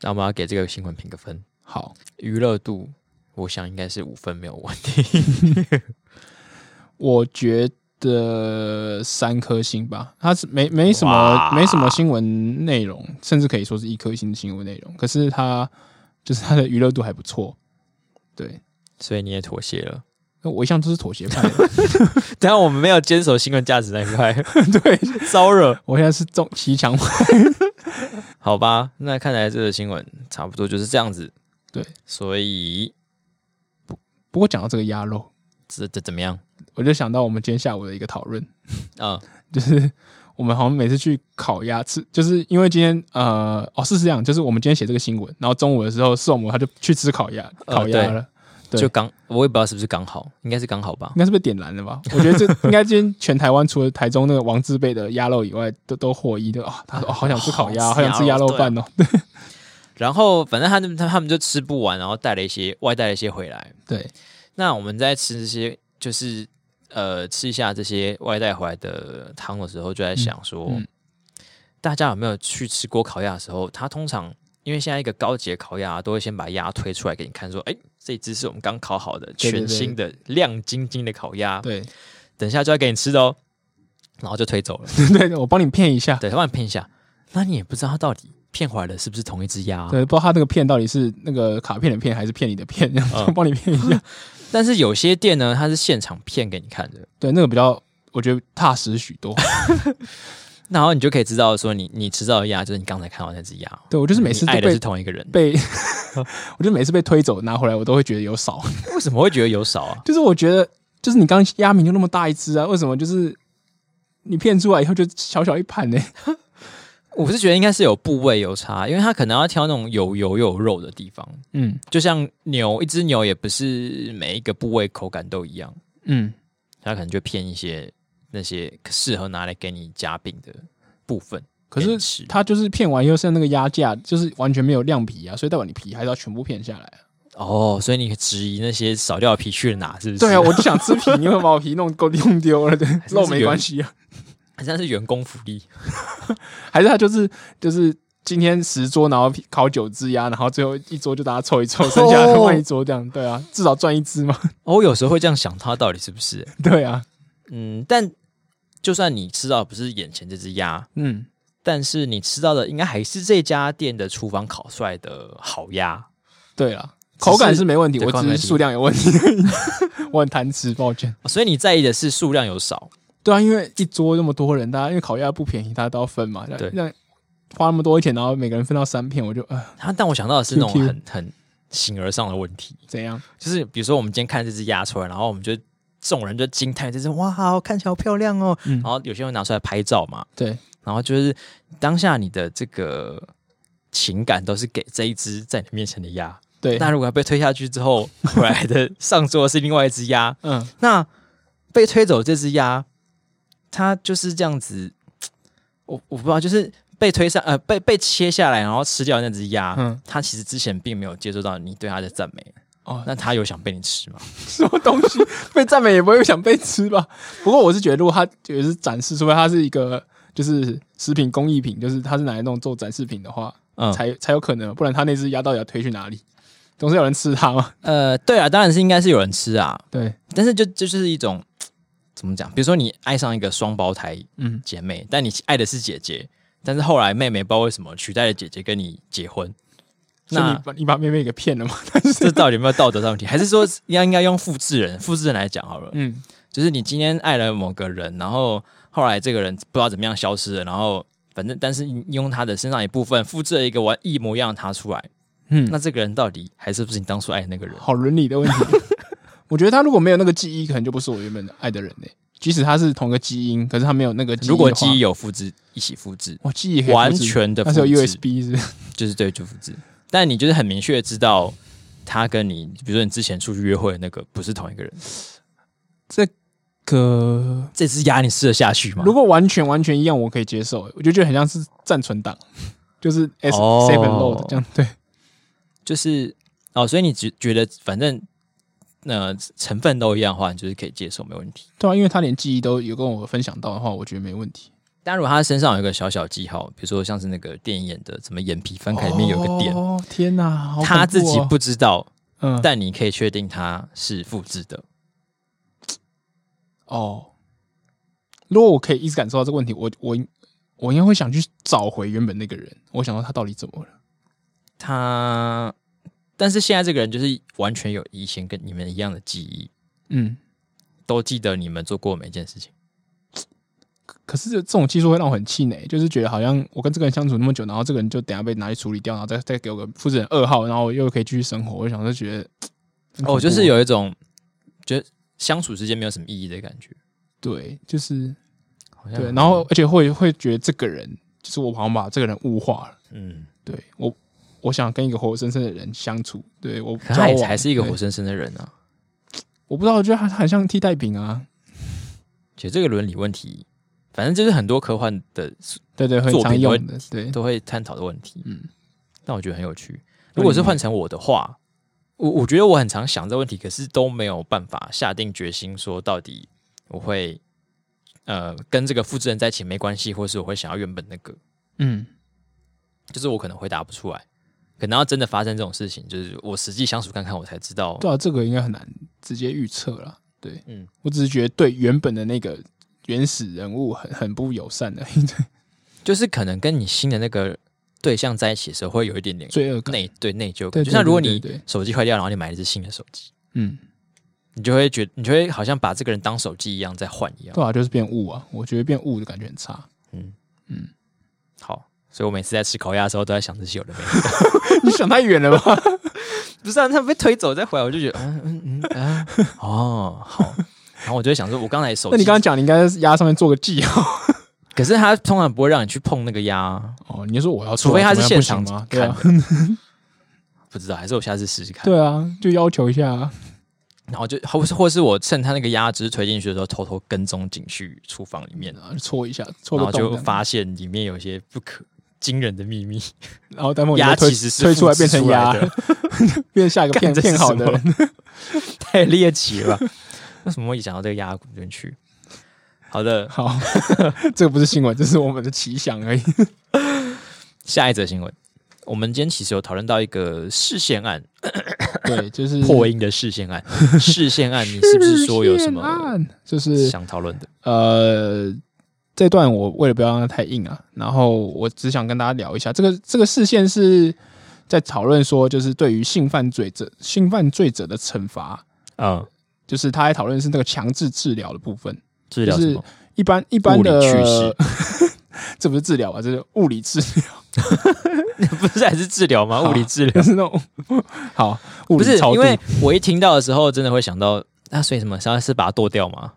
那我们要给这个新闻评个分，好，娱乐度我想应该是五分没有问题。我觉得三颗星吧，它是没没什么哇没什么新闻内容，甚至可以说是一颗星的新闻内容，可是它就是它的娱乐度还不错。对，所以你也妥协了。那我一向都是妥协派 的。但我们没有坚守新闻价值那一 块，对，骚扰，我现在是中骑墙好吧？那看来这个新闻差不多就是这样子，对，所以不过讲到这个鸭肉，这这怎么样？我就想到我们今天下午的一个讨论，啊、就是我们好像每次去烤鸭吃，就是因为今天呃哦是这样，就是我们今天写这个新闻，然后中午的时候寿母她就去吃烤鸭呃烤对鸭了，对就刚我也不知道是不是刚好，应该是刚好吧应。该是被点燃了吧？ 我觉得这应该今天全台湾除了台中那个王志贝的鸭肉以外，都都获益的啊、他说、哦、好想吃烤鸭，好好想吃想吃鸭鸭肉肉饭哦。然后反正他们他他们就吃不完，然后带了一些外带了一些回来。 对，那我们在吃这些就是呃吃一下这些外带回来的汤的时候，就在想说，嗯嗯大家有没有去吃过烤鸭的时候，它通常因为现在一个高级的烤鸭、都会先把鸭推出来给你看，说，哎、这一只是我们刚烤好的对对全新的亮晶晶的烤鸭，对等一下就要给你吃的 哦，然后就推走了。对，我帮你骗一下。对，他帮你骗一下，那你也不知道它到底骗回来的是不是同一只鸭啊、对，不知道他那个骗到底是那个卡片的骗还是骗你的骗，嗯 帮你骗一下。但是有些店呢，它是现场骗给你看的，对，那个比较我觉得踏实许多。然后你就可以知道说你，你吃到的鸭就是你刚才看到那只鸭。对我就是每你次都爱的被是同一个人，被， 我就每次被推走拿回来，我都会觉得有少。为什么会觉得有少啊？就是我觉得，就是你刚压明就那么大一只啊，为什么就是你片出来以后就小小一盘呢、 我是觉得应该是有部位有差，因为他可能要挑那种有油有肉的地方，嗯就像牛，一只牛也不是每一个部位口感都一样，嗯，他可能就骗一些那些适合拿来给你夹饼的部分。可给你吃是它就是片完以后，像那个压架，就是完全没有亮皮啊，所以代表你皮还是要全部片下来啊。哦，所以你质疑那些少掉的皮去了哪？是不是？对啊，我就想吃皮，你会把我皮弄够弄丢了，对，是肉没关系啊。好像是员工福利，还是他就是就是今天十桌，然后皮烤九只鸭，然后最后一桌就大家凑一凑，剩下的换一桌这样，对啊，至少赚一只嘛， 哦我有时候会这样想，他到底是不是？对啊，嗯，但就算你吃到的不是眼前这只鸭，嗯，但是你吃到的应该还是这家店的厨房烤出来的好鸭。对了，口感是没问题，对我口感没问只是题数量有问题而已。 我很贪吃，抱歉。所以你在意的是数量有少， 对啊，因为一桌那么多人，大家因为烤鸭不便宜，大家都要分嘛。对那花那么多钱，然后每个人分到三片，我就呃啊但我想到的是那种 Q Q 很 很形而上的问题，怎样？就是比如说我们今天看这只鸭出来，然后我们就众人就惊叹，就是哇，好看起来好漂亮哦。嗯然后有些人拿出来拍照嘛，对然后就是当下你的这个情感都是给这一只在你面前的鸭。对，那如果被推下去之后，回来的上桌是另外一只鸭，嗯，那被推走这只鸭，它就是这样子，我我不知道，就是被推上呃被被切下来，然后吃掉那只鸭，嗯它其实之前并没有接受到你对它的赞美，哦，那它有想被你吃吗？ 什么东西被赞美也不会想被吃吧？ 不过我是觉得，如果它也是展示，除非它是一个就是食品工艺品，就是它是拿来弄做展示品的话，嗯， 才才有可能。不然它那只鸭到底要推去哪里？总是有人吃它嘛？呃，对啊，当然是应该是有人吃啊，对，但是就这就是一种怎么讲？比如说你爱上一个双胞胎嗯，姐妹，但你爱的是姐姐，但是后来妹妹不知道为什么取代了姐姐跟你结婚，所以那你把你把妹妹给骗了嘛？ 这到底有没有道德上问题？还是说要应该用复制人复制人来讲好了？嗯，就是你今天爱了某个人，然后后来这个人不知道怎么样消失了，然后反正但是你用他的身上一部分复制了一个完一模一样的他出来，嗯那这个人到底还是不是你当初爱的那个人？好伦理的问题。 我觉得他如果没有那个记忆，可能就不是我原本爱的人嘞、即使他是同个基因，可是他没有那个记忆的如话。果记忆有复制，一起复制，哇，记忆可以复制完全的那复是有制， USB 是 不是就是对，就复制。但你就是很明确地知道他跟你，比如说你之前出去约会的那个不是同一个人，这个。这只鸭你吃得下去吗？如果完全完全一样，我可以接受、欸我就觉得很像是暂存档，就是 S 哦 seven load 这样。 对，就是哦，所以你只觉得反正呃成分都一样的话，你就是可以接受，没问题。对啊，因为他连记忆都有跟我分享到的话，我觉得没问题。但如果他身上有一个小小记号，比如说像是那个电影演的什么眼皮翻开里面有一个点，哦，天哪，好恐怖哦他自己不知道，嗯，但你可以确定他是复制的。哦，如果我可以一直感受到这个问题，我我应我应该会想去找回原本那个人，我想到他到底怎么了。他，但是现在这个人就是完全有以前跟你们一样的记忆，嗯，都记得你们做过每件事情。可是这种技术会让我很气馁，就是觉得好像我跟这个人相处那么久，然后这个人就等下被拿去处理掉，然后再再给我个复制人二号，然后我又可以继续生活。我想说觉得，嗯很恐怖哦，就是有一种觉得相处之间没有什么意义的感觉。对，就是好像对，然后而且会会觉得这个人就是我好像把这个人物化了。嗯，对我，我想跟一个活生生的人相处，对我可他交也往还是一个对活生生的人啊。我不知道，我觉得他他很像替代品啊。其实这个伦理问题，反正就是很多科幻的对对，很作常品都会用的，对，都会探讨的问题。嗯嗯，但我觉得很有趣。那如果你是换成我的话，我我觉得我很常想这个问题，可是都没有办法下定决心说到底我会呃跟这个复制人在一起没关系，或是我会想要原本那个，嗯，就是我可能回答不出来。可能要真的发生这种事情，就是我实际相处看看，我才知道。对啊，这个应该很难直接预测啦。对，嗯嗯，我只是觉得对原本的那个原始人物很很不友善的 就是可能跟你新的那个对象在一起的时候，会有一点点罪恶感。内对内疚对感。就像如果对对你对对手机坏掉，然后你买了一只新的手机，嗯，你就会觉你就会好像把这个人当手机一样在换一样。对啊，就是变物啊，我觉得变物的感觉 很差。好，所以我每次在吃烤鸭的时候都在想这些有的没 的。你想太远了吧？不是啊，他被推走再回来，我就觉得嗯嗯嗯啊， 哦好。然后我就会想说，我刚才手机， 那你刚刚讲，你应该在鸭上面做个记号。可是他通常不会让你去碰那个鸭，哦，你就说我要做，除非他是怎么现样场不行吗？对看 啊，的。不知道，还是我下次试试看。对啊，就要求一下啊。然后就或是或是我趁他那个鸭只是推进去的时候，偷偷跟踪进去厨房里面，然后就戳一下，戳然后个洞这就样，发现里面有一些不可惊人的秘密。然后丹哦凤你就鸭推其实是推出来复制变成出来鸭的，变下一个干骗这是骗好什的么人。 太猎奇了 吧？为什么会讲到这个鸭骨边去？好的，好，这个不是新闻，这是我们的奇想 而已。下一则新闻，我们今天其实有讨论到一个视线案，对，就是 破音的视线案，视线案，你是不是说有什么就是想讨论的？呃，这段我为了不要让它太硬啊，然后我只想跟大家聊一下这个这个视线是在讨论说，就是对于性犯罪者性犯罪者的惩罚，嗯，就是他在讨论是那个强制治疗的部分。治疗就什是么？一般一般的物理去世这不是治疗啊，这是物理治疗， 不是还是治疗吗？好物理治疗就是那种好物不理是？超因度。为我一听到的时候，真的会想到，那所以什么？想要是把它剁掉吗？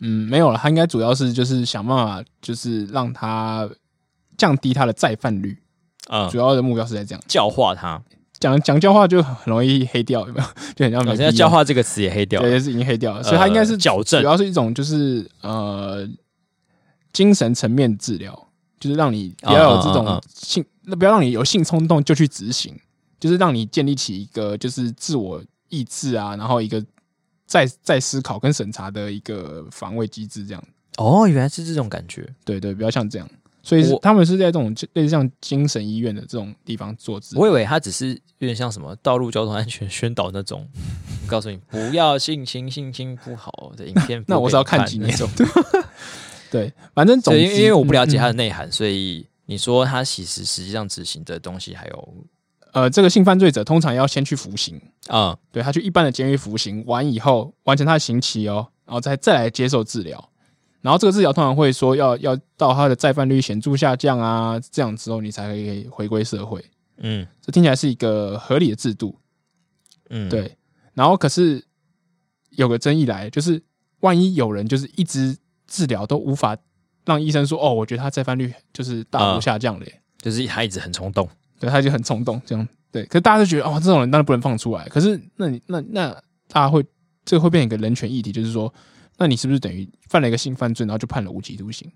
嗯，没有了，他应该主要是就是想办法，就是让他降低他的再犯率，嗯主，要的目标是在这样。教化他，讲讲教化就很容易黑掉，有没有？ 就很像没好必像要要哦教化这个词也黑掉啊对，了，就是已经黑掉了，所以他应该是呃矫主正要是一种就是呃精神层面治疗，就是让你不要有嗯这嗯嗯种嗯性，那不要让你有性冲动就去执行，就是让你建立起一个就是自我意志啊，然后一个再再思考跟审查的一个防卫机制，这样哦，原来是这种感觉。对对，不要像这样。所以是我他们是在这种类似像精神医院的这种地方做治疗我以为它只是有点像什么道路交通安全宣导那 种，我告诉你不要性侵，性侵不好的影片不给你。 那我是要看几年那种 对，反正总对，之因为因为我不了解嗯它的内涵，所以你说它其实实际上执行的东西还有，呃，这个性犯罪者通常要先去服刑，嗯对他去一般的监狱服刑完以后，完成他的刑期哦，然后再再来接受治疗。然后这个治疗通常会说要要到他的再犯率显著下降啊，这样之后你才可以回归社会。嗯这听起来是一个合理的制度，嗯，，对。然后可是有个争议来，就是万一有人就是一直治疗都无法让医生说哦，我觉得他再犯率就是大幅嗯下降嘞、就是他一直很冲动，对，他就很冲动这样。对，可是大家就觉得哦，这种人当然不能放出来。可是那你那那大家会这个会变成一个人权议题，就是说，那你是不是等于犯了一个性犯罪，然后就判了无期徒刑？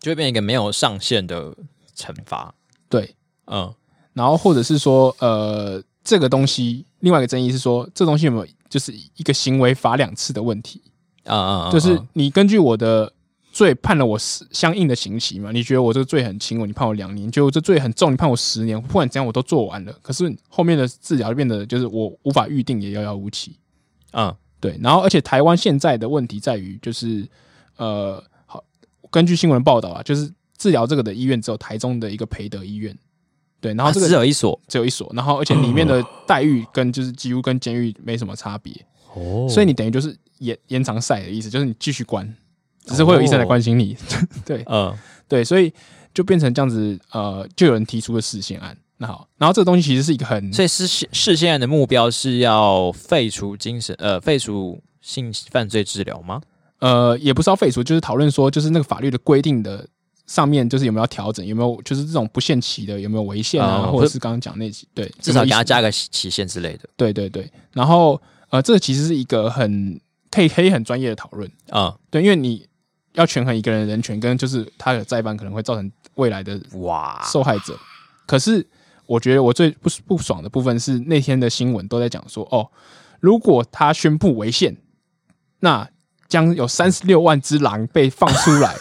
就会变成一个没有上限的惩罚。对，嗯，然后或者是说，呃，这个东西另外一个争议是说，这东西有没有就是一个行为罚两次的问题？啊啊，啊就是你根据我的罪判了我十相应的刑期嘛？你觉得我这个罪很轻，我你判我两年；，就我这罪很重，你判我十年。不管怎样，我都做完了。可是后面的治疗就变得就是我无法预定，也遥遥无期。嗯对，然后而且台湾现在的问题在于，就是呃，好，根据新闻报道啊，就是治疗这个的医院只有台中的一个培德医院，对，然后啊，这个只有一所只有一所，然后而且里面的待遇跟就是几乎跟监狱没什么差别，哦所以你等于就是延延长赛的意思，就是你继续关，只是会有医生哦来关心你， 对嗯对，所以就变成这样子，呃，就有人提出了视线案。那好，然后这个东西其实是一个很所以是现是现在的目标是要废除精神呃废除性犯罪治疗吗？呃，也不是要废除，就是讨论说，就是那个法律的规定的上面，就是有没有调整，有没有就是这种不限期的有没有违宪啊，哦或者是刚刚讲那几对，至少给他大家加个期限之类的。对对对。然后呃，这其实是一个很可以可以很专业的讨论，嗯，对，因为你要权衡一个人的人权跟就是他的再犯可能会造成未来的哇，受害者。可是我觉得我最不不爽的部分是那天的新闻都在讲说，哦，如果他宣布违宪，那将有三十六万只狼被放出 来。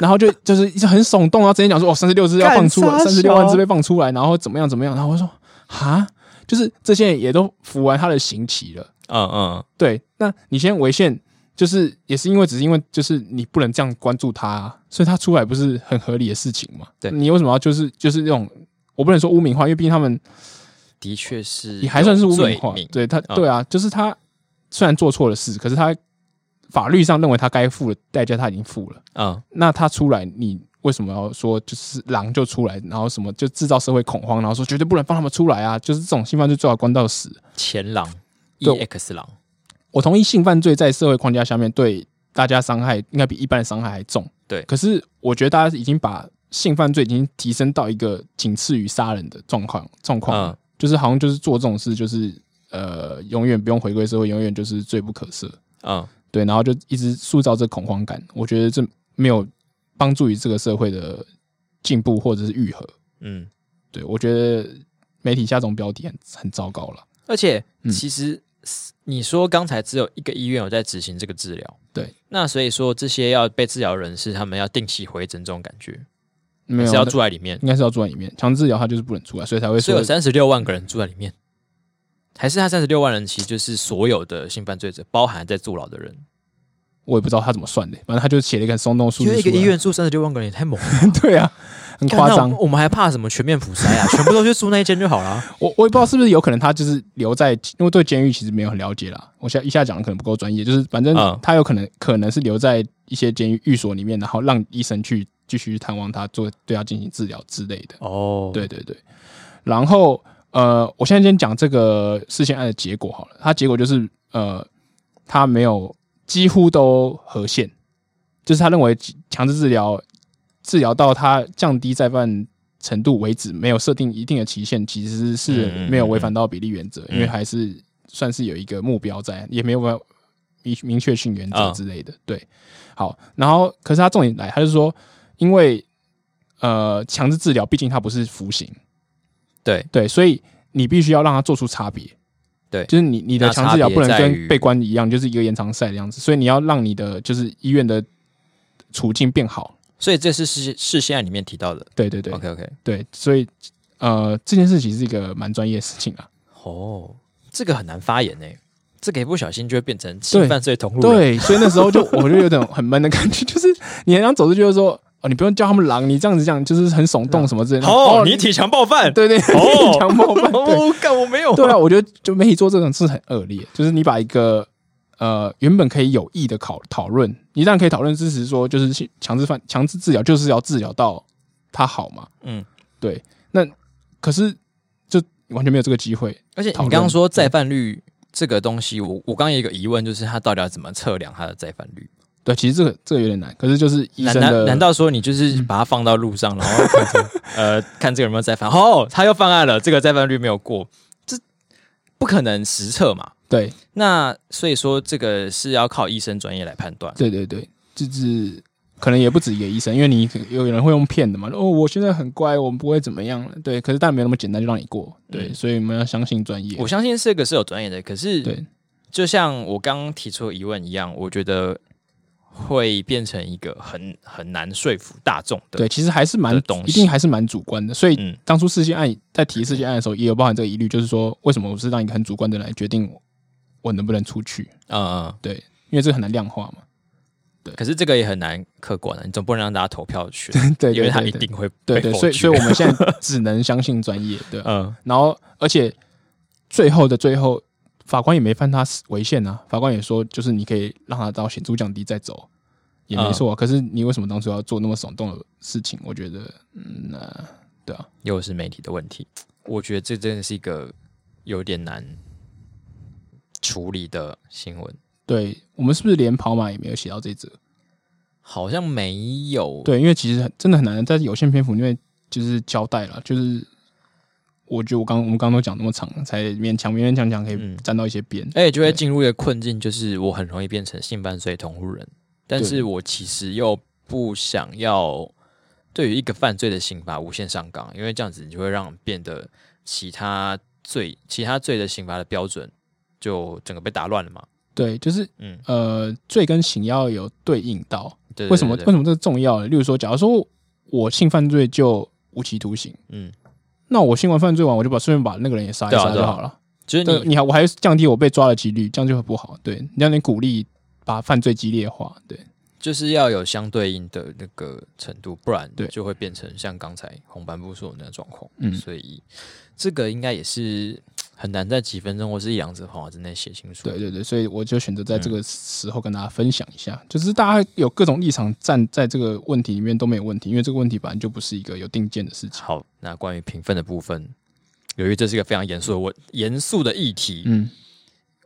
然后就就是一直很耸动，然后直接讲说哦，三十六只要放出来，干三啥十小六万只被放出来，然后怎么样怎么样，然后我说哈，就是这些人也都服完他的刑期了，嗯嗯对，那你先违宪，就是也是因为只是因为就是你不能这样关注他、啊，所以他出来不是很合理的事情嘛？对你为什么要就是就是那种我不能说污名化，因为毕竟他们的确是也还算是污有名罪化，名对他嗯对啊，就是他虽然做错了事，可是他法律上认为他该付的代价他已经付了，嗯那他出来你。为什么要说就是狼就出来，然后什么就制造社会恐慌，然后说绝对不能放他们出来啊！就是这种性犯罪最好关到死。前狼对 EX 狼，我同意性犯罪在社会框架下面对大家伤害应该比一般的伤害还重。对可是我觉得大家已经把性犯罪已经提升到一个仅次于杀人的状况状况，嗯就是好像就是做这种事就是呃永远不用回归社会，永远就是罪不可赦。嗯对，然后就一直塑造这恐慌感，我觉得这没有帮助于这个社会的进步或者是愈合。嗯，对我觉得媒体下这种标题很很糟糕了。而且嗯其实你说刚才只有一个医院有在执行这个治疗，对，那所以说这些要被治疗人士他们要定期回诊，这种感觉没还有是要那住在里面，应该是要住在里面，强制疗他就是不能出来，所以才会所以说有三十六万个人住在里面，还是他三十六万人其实就是所有的性犯罪者，包含在坐牢的人，我也不知道他怎么算的，反正他就写了一个很松动的数因字为一个出来医院住三十六万个人也太猛了， 对啊，很干夸哦那张。我我们还怕什么全面普筛 啊？全部都去住那一间就好了。我我也不知道是不是有可能他就是留在，因为对监狱其实没有很了解啦。我现在一下讲的可能不够专业，就是反正嗯他有可能可能是留在一些监狱寓所里面，然后让医生去继续探望他，做对他进行治疗之类的。哦，对对对。然后呃，我现在先讲这个事件案的结果好了，它结果就是呃，他没有几乎都合宪，就是他认为强制治疗治疗到他降低再犯程度为止，没有设定一定的期限，其实是嗯嗯没有违嗯反到比例原则，嗯因为还是算是有一个目标在，也没有办法明明确性原则啊之类的。对，好，然后可是他重点来，他就说，因为呃强制治疗，毕竟它不是服刑，对对，所以你必须要让它做出差别。对就是你你的那强制治差疗别不能在跟于被关一样，就是一个延长赛的样子，所以你要让你的就是医院的处境变好。所以这是事事先案里面提到的。对对对 OK OK，对，所以呃这件事情是一个蛮专业的事情啊。哦，这个很难发言呢、欸这个一不小心就会变成性犯罪同路人。对，所以那时候就我就有种很闷的感觉，就是你很想走出去就说哦，你不用叫他们狼，你这样子讲就是很耸动什么之类的。哦，你体强暴犯。对对，哦强暴犯，对哦，干我没有。对啊，我觉得就媒体做这种事很恶劣，就是你把一个呃原本可以有益的考讨论，你当然可以讨论支持说，就是强制犯强制治疗就是要治疗到他好嘛，嗯，对。那可是就完全没有这个机会，而且你讨论刚刚说再犯率这个东西，我我刚刚有一个疑问，就是他到底要怎么测量他的再犯率？对，其实这个这个有点难。可是就是医难生的嗯难难道说你就是把它放到路上，然后看说呃 看这个有没有再犯？哦，他又犯案了，这个再犯率没有过，这不可能实测嘛？对那所以说这个是要靠医生专业来判断。对对对，就是。可能也不止一个医生，因为你有人会用骗的嘛。哦，我现在很乖，我们不会怎么样了。对，可是但没有那么简单就让你过。对，嗯所以我们要相信专业。我相信这个是有专业的，可是对就像我刚刚提出的疑问一样，我觉得会变成一个很很难说服大众的。对，其实还是蛮的东一西定还是蛮主观的。所以嗯当初事件案在提事件案的时候，也有包含这个疑虑，就是说为什么我是让一个很主观的人来决定我我能不能出去？嗯嗯，对，因为这个很难量化嘛。可是这个也很难客观啊，你总不能让大家投票选，对，对因为他对一对定会对被对，否所以决所以我们现在只能相信专业，对。啊嗯然后而且最后的最后，法官也没判他违宪啊，法官也说就是你可以让他到显著降低再走。也没嗯错啊、可是你为什么当初要做那么耸动的事情？我觉得，嗯，那、对啊，又是媒体的问题，我觉得这真的是一个有点难处理的新闻，对我们是不是连跑马也没有写到这则？好像没有。对，因为其实很真的很难在有限篇幅里面就是交代了，就是我觉得我刚我们刚刚都讲那么长，才勉强勉勉强强可以嗯站到一些边。而且就会对进入一个困境，就是我很容易变成性犯罪同路人，但是我其实又不想要对于一个犯罪的刑罚无限上纲，因为这样子你就会让变得其他罪、其他罪的刑罚的标准就整个被打乱了嘛。对，就是嗯，呃，罪跟刑要有对应到，对为什么对为对什么这重要呢？例如说，假如说我性犯罪就无期徒刑，嗯，那我性完犯罪完，我就把顺便把那个人也杀一对啊杀就对啊好了。就是对，你你还我还降低我被抓的几率，这样就很不好。对，你让你鼓励把犯罪激烈化，对。就是要有相对应的那个程度，不然对就会变成像刚才红斑部说的那个状况。嗯所以这个应该也是很难在几分钟或是一两则谈话之内写清楚。对对对，所以我就选择在这个时候跟大家分享一下，就是大家有各种立场站在这个问题里面都没有问题，因为这个问题本来就不是一个有定见的事情。好，那关于评分的部分，由于这是一个非常严肃的问严肃的议题，嗯，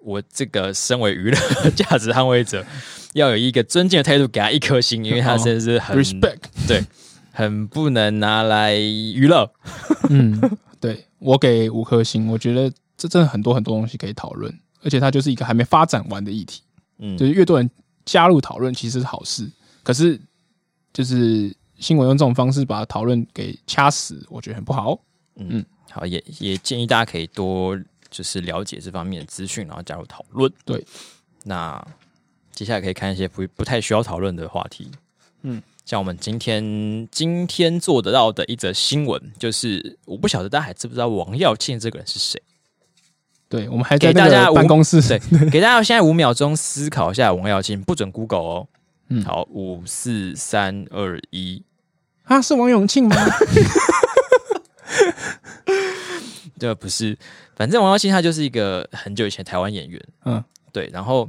我这个身为娱乐价值捍卫者， 要有一个尊敬的态度给他一颗星，因为 他真的是很、哦，respect，很不能拿来娱乐。嗯，对我给五颗星，我觉得这真的很多很多东西可以讨论，而且它就是一个还没发展完的议题，嗯就，是越多人加入讨论其实是好事，可是就是新闻用这种方式把讨论给掐死，我觉得很不好。好，也也建议大家可以多就是了解这方面的资讯，然后加入讨论。对，那接下来可以看一些不不太需要讨论的话题。嗯，像我们今天今天做得到的一则新闻，就是我不晓得大家还知不知道王耀庆这个人是谁。对，我们还在给大那个家五办公室，对， 给大家现在五秒钟思考一下王耀庆，不准 Google 哦。嗯好，五四三二一，啊，是王永 庆吗？这不是，反正王耀庆他就是一个很久以前台湾演员，嗯，对，对。然后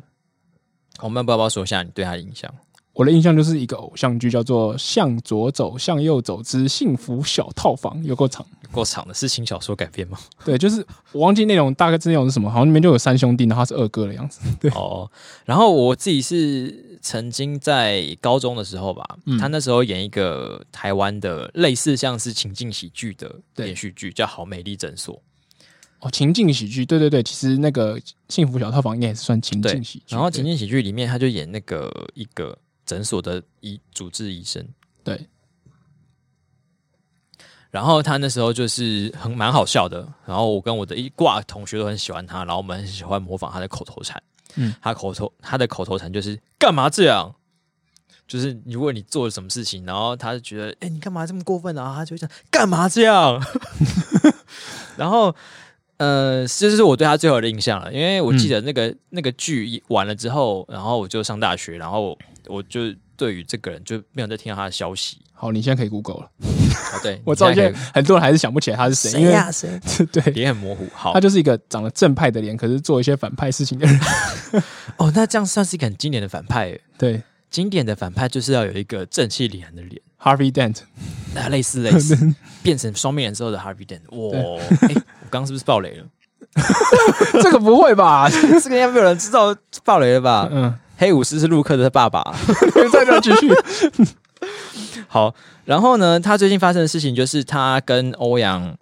我们包包说一下你对他的印象，我的印象就是一个偶像剧，叫做《向左走，向右走之幸福小套房》，有够长。够长的是轻小说改编吗？对，就是我忘记内容大概内容是什么，好像里面就有三兄弟，然后他是二哥的样子。哦，然后我自己是曾经在高中的时候吧，嗯他那时候演一个台湾的类似像是情境喜剧的对连续剧，叫《好美丽诊所》。哦，情境喜剧，对对对，其实那个《幸福小套房》应该也是算情境喜剧。然后对情境喜剧里面，他就演那个一个诊所的医主治医生。对，然后他那时候就是很蛮好笑的，然后我跟我的一挂同学都很喜欢他，然后我们很喜欢模仿他的口头禅。嗯，他口头他的口头禅就是干嘛这样？就是如果你做了什么事情，然后他就觉得，哎、你干嘛这么过分啊？他就会讲干嘛这样？ 然后，呃，这就是我对他最后的印象了，因为我记得那个、那个剧一完了之后，然后我就上大学，然后我就对于这个人就没有再听到他的消息。好，你现在可以 Google 了。啊，对，我知道你现在现可在以很多人还是想不起来他是谁，因为、谁？ 对脸很模糊。好他，就是一个长得正派的脸，可是做一些反派事情的人。 哦，那这样算是一个很经典的反派耶。对经典的反派就是要有一个正气凛然的脸， ，Harvey Dent， 那类似类似，变成双面人之后的 Harvey Dent。哇，哎、我刚刚是不是爆雷了？这个不会吧？ 这个应该没有人知道爆雷了吧？嗯，黑武士是陆克的爸爸。再这样继续。好，然后呢，他最近发生的事情就是他跟欧阳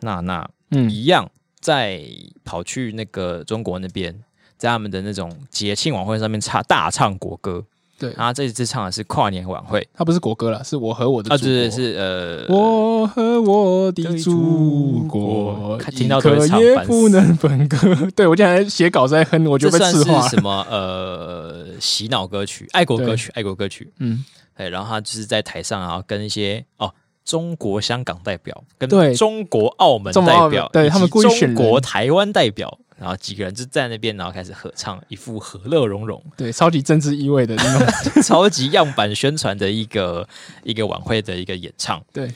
娜娜嗯，一样，在跑去那个中国那边，在他们的那种节庆晚会上面唱大唱国歌。对，然后这一次唱的是跨年晚会他不是国歌了，是我和我的啊，祖对对国是呃，我和我的祖对祖国国，看听到都会一唱刻也烦死不能分割。 对我竟然写稿子在哼，我这就被算刺化是了。什么呃洗脑歌曲、爱国歌曲、爱国歌曲。嗯，对，然后他就是在台上啊，跟一些哦中国香港代表、跟对中国澳门中国代澳表，对以及他们故意选中人国台湾代表，然后几个人就在那边，然后开始合唱，一副和乐融 融、对，超级政治意味的那种。超级样板宣传的一个一个晚会的一个演唱。 对，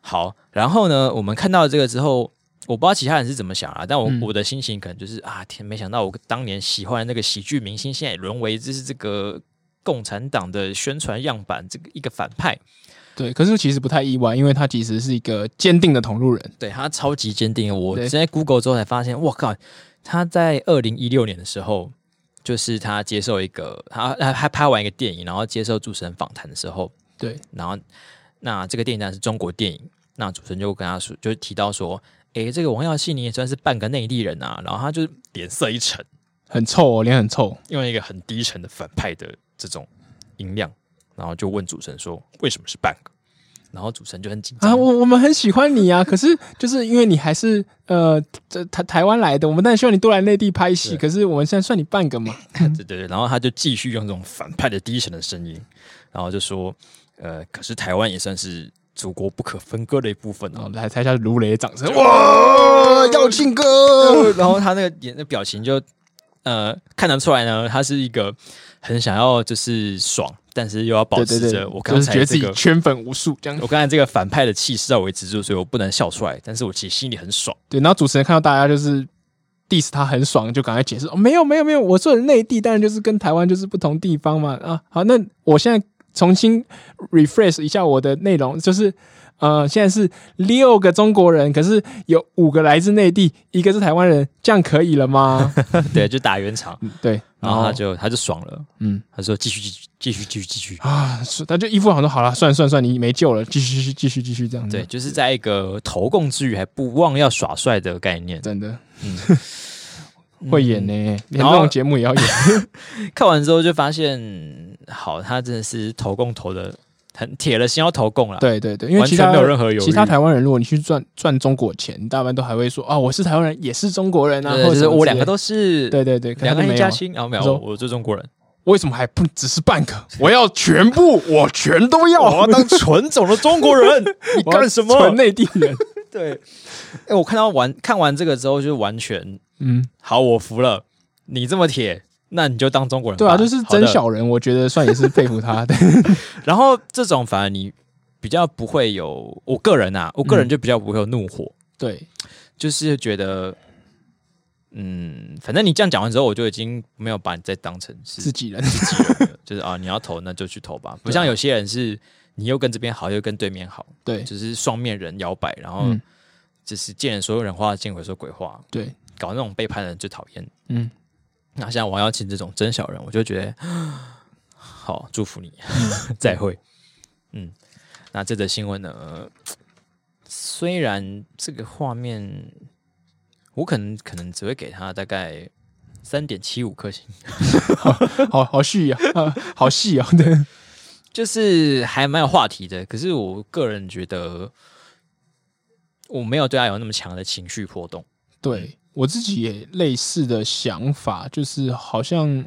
好，然后呢，我们看到这个之后，我不知道其他人是怎么想啊，但我、嗯我的心情可能就是啊，天，没想到我当年喜欢的那个喜剧明星，现在也沦为就是这个共产党的宣传样板，这个一个反派，对，可是其实不太意外，因为他其实是一个坚定的同路人。对他超级坚定。我对现在 Google 之后才发现，我靠，他在二零一六年的时候。就是他接受一个，他他他拍完一个电影，然后接受主持人访谈的时候，对，然后那这个电影当然是中国电影，那主持人就跟他说，就提到说，诶，这个王耀庆你也算是半个内地人啊，然后他就脸色一沉，很臭哦，脸很臭。用一个很低沉的反派的这种音量，然后就问主持人说，为什么是半个？然后主持人就很紧张，啊，我我们很喜欢你啊，可 是就是因为你还是呃这台台湾来的，我们当然希望你多来内地拍戏，对可是我们现在算你半个嘛。对对对，然后他就继续用这种反派的低沉的声音，然后就说，呃，可是台湾也算是祖国不可分割的一部分然啊后。哦来猜一下如雷的掌声，哇，耀庆哥，然后他那个眼那表情就呃看得出来呢，他是一个很想要就是爽，但是又要保对持对对，着我就刚是觉才得这自己个。圈粉无数这样我。刚才这个反派的气势要维持住，所以我不能笑出来，但是我其实心里很 爽。对，然后主持人看到大家就是 diss 他很爽，就赶快解释哦，没有没有没有，我说的内地当然就是跟台湾就是不同地方嘛啊。好，那我现在重新 refresh 一下我的内容，就是呃，现在是六个中国人，可是有五个来自内地，一个是台湾人，这样可以 了吗？对，就打圆场，嗯对，然后他就他就爽了，嗯他说继续继续继续继续继续。啊，是他就一副好像说好了，算了算了算了，你没救了，继续继续继续继续这样子。对，，就是在一个投共之余还不忘要耍帅的概念。真的嗯， 会演呢、连然这后种节目也要演。看完之后就发现，好，他真的是投共投的很铁了心要投共了。对对对，因为啊完其全他没有任何犹豫其他台湾人，如果你去赚赚中国钱，你大半都还会说啊，我是台湾人，也是中国人啊，对，或就者是什么我之类两个都是，对对对，可两能个没一有家啊亲，然后没他说有，我是中国 人，为什么还不只是半个？我要全部，我全都 要，哦我当纯种的中国 人，你要纯内地人。 对，哎，我看到完看完这个之后，就是完全嗯，好，我服了，你这么铁，那你就当中国人吧。对啊，就是好真的。小人，我觉得算也是佩服他。对，然后这种反而你比较不会有，我个人啊，我个嗯人就比较不会有怒火， 对，就是觉得，嗯，反正你这样讲完之后，我就已经没有把你再当成是自己人，啊自己人了， 就是啊，你要投那就去投吧，不像有些人是你又跟这边好，又跟对面好，对就是双面人摇摆，然后嗯，就是见人说人话，见鬼说鬼话，对，搞那种背叛的人最讨厌。嗯，那像王耀庆这种真小人，我就觉得好祝福你， 再会。嗯，那这则新闻呢，呃虽然这个画面，我可能可能只会给他大概三点七五颗星，好好细啊， 啊好细啊， 对，就是还蛮有话题的。可是我个人觉得，我没有对他有那么强的情绪波动。嗯对我自己也类似的想法，就是好像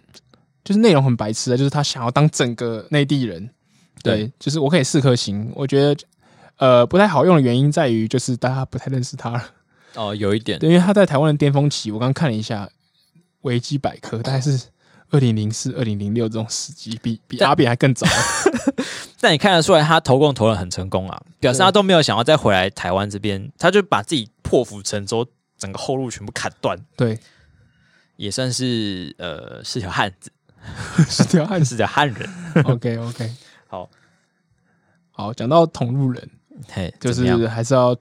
就是内容很白痴啊，就是他想要当整个内地人，对，就是我可以四颗星，我觉得呃不太好用的原因在于就是大家不太认识他了，哦，有一点，对，因为他在台湾的巅峰期，我刚看了一下维基百科，大概是。二零零四、二零零六这种时机，比比但阿扁还更早。但你看得出来，他投共投的很成功啊，表示他都没有想要再回来台湾这边，他就把自己破釜沉舟，整个后路全部砍断， 对，也算是呃是条汉子，是条汉子。是条哦汉 人。 OK OK，好，好，讲到同路人，嘿，就怎么样是还是要，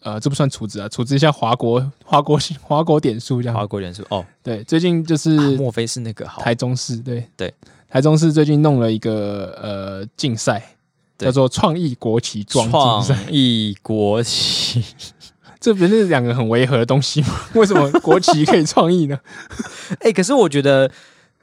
呃，这不算处置啊，处置一下华国华国华国点数这华样。国人是哦、对，最近就啊是莫非是那个好台中市，对对，台中市最近弄了一个呃竞赛，对叫做创意国旗装竞赛。创意国 旗？这不是两个很违和的东西吗？ 为什么国旗可以创 意呢？哎、可是我觉得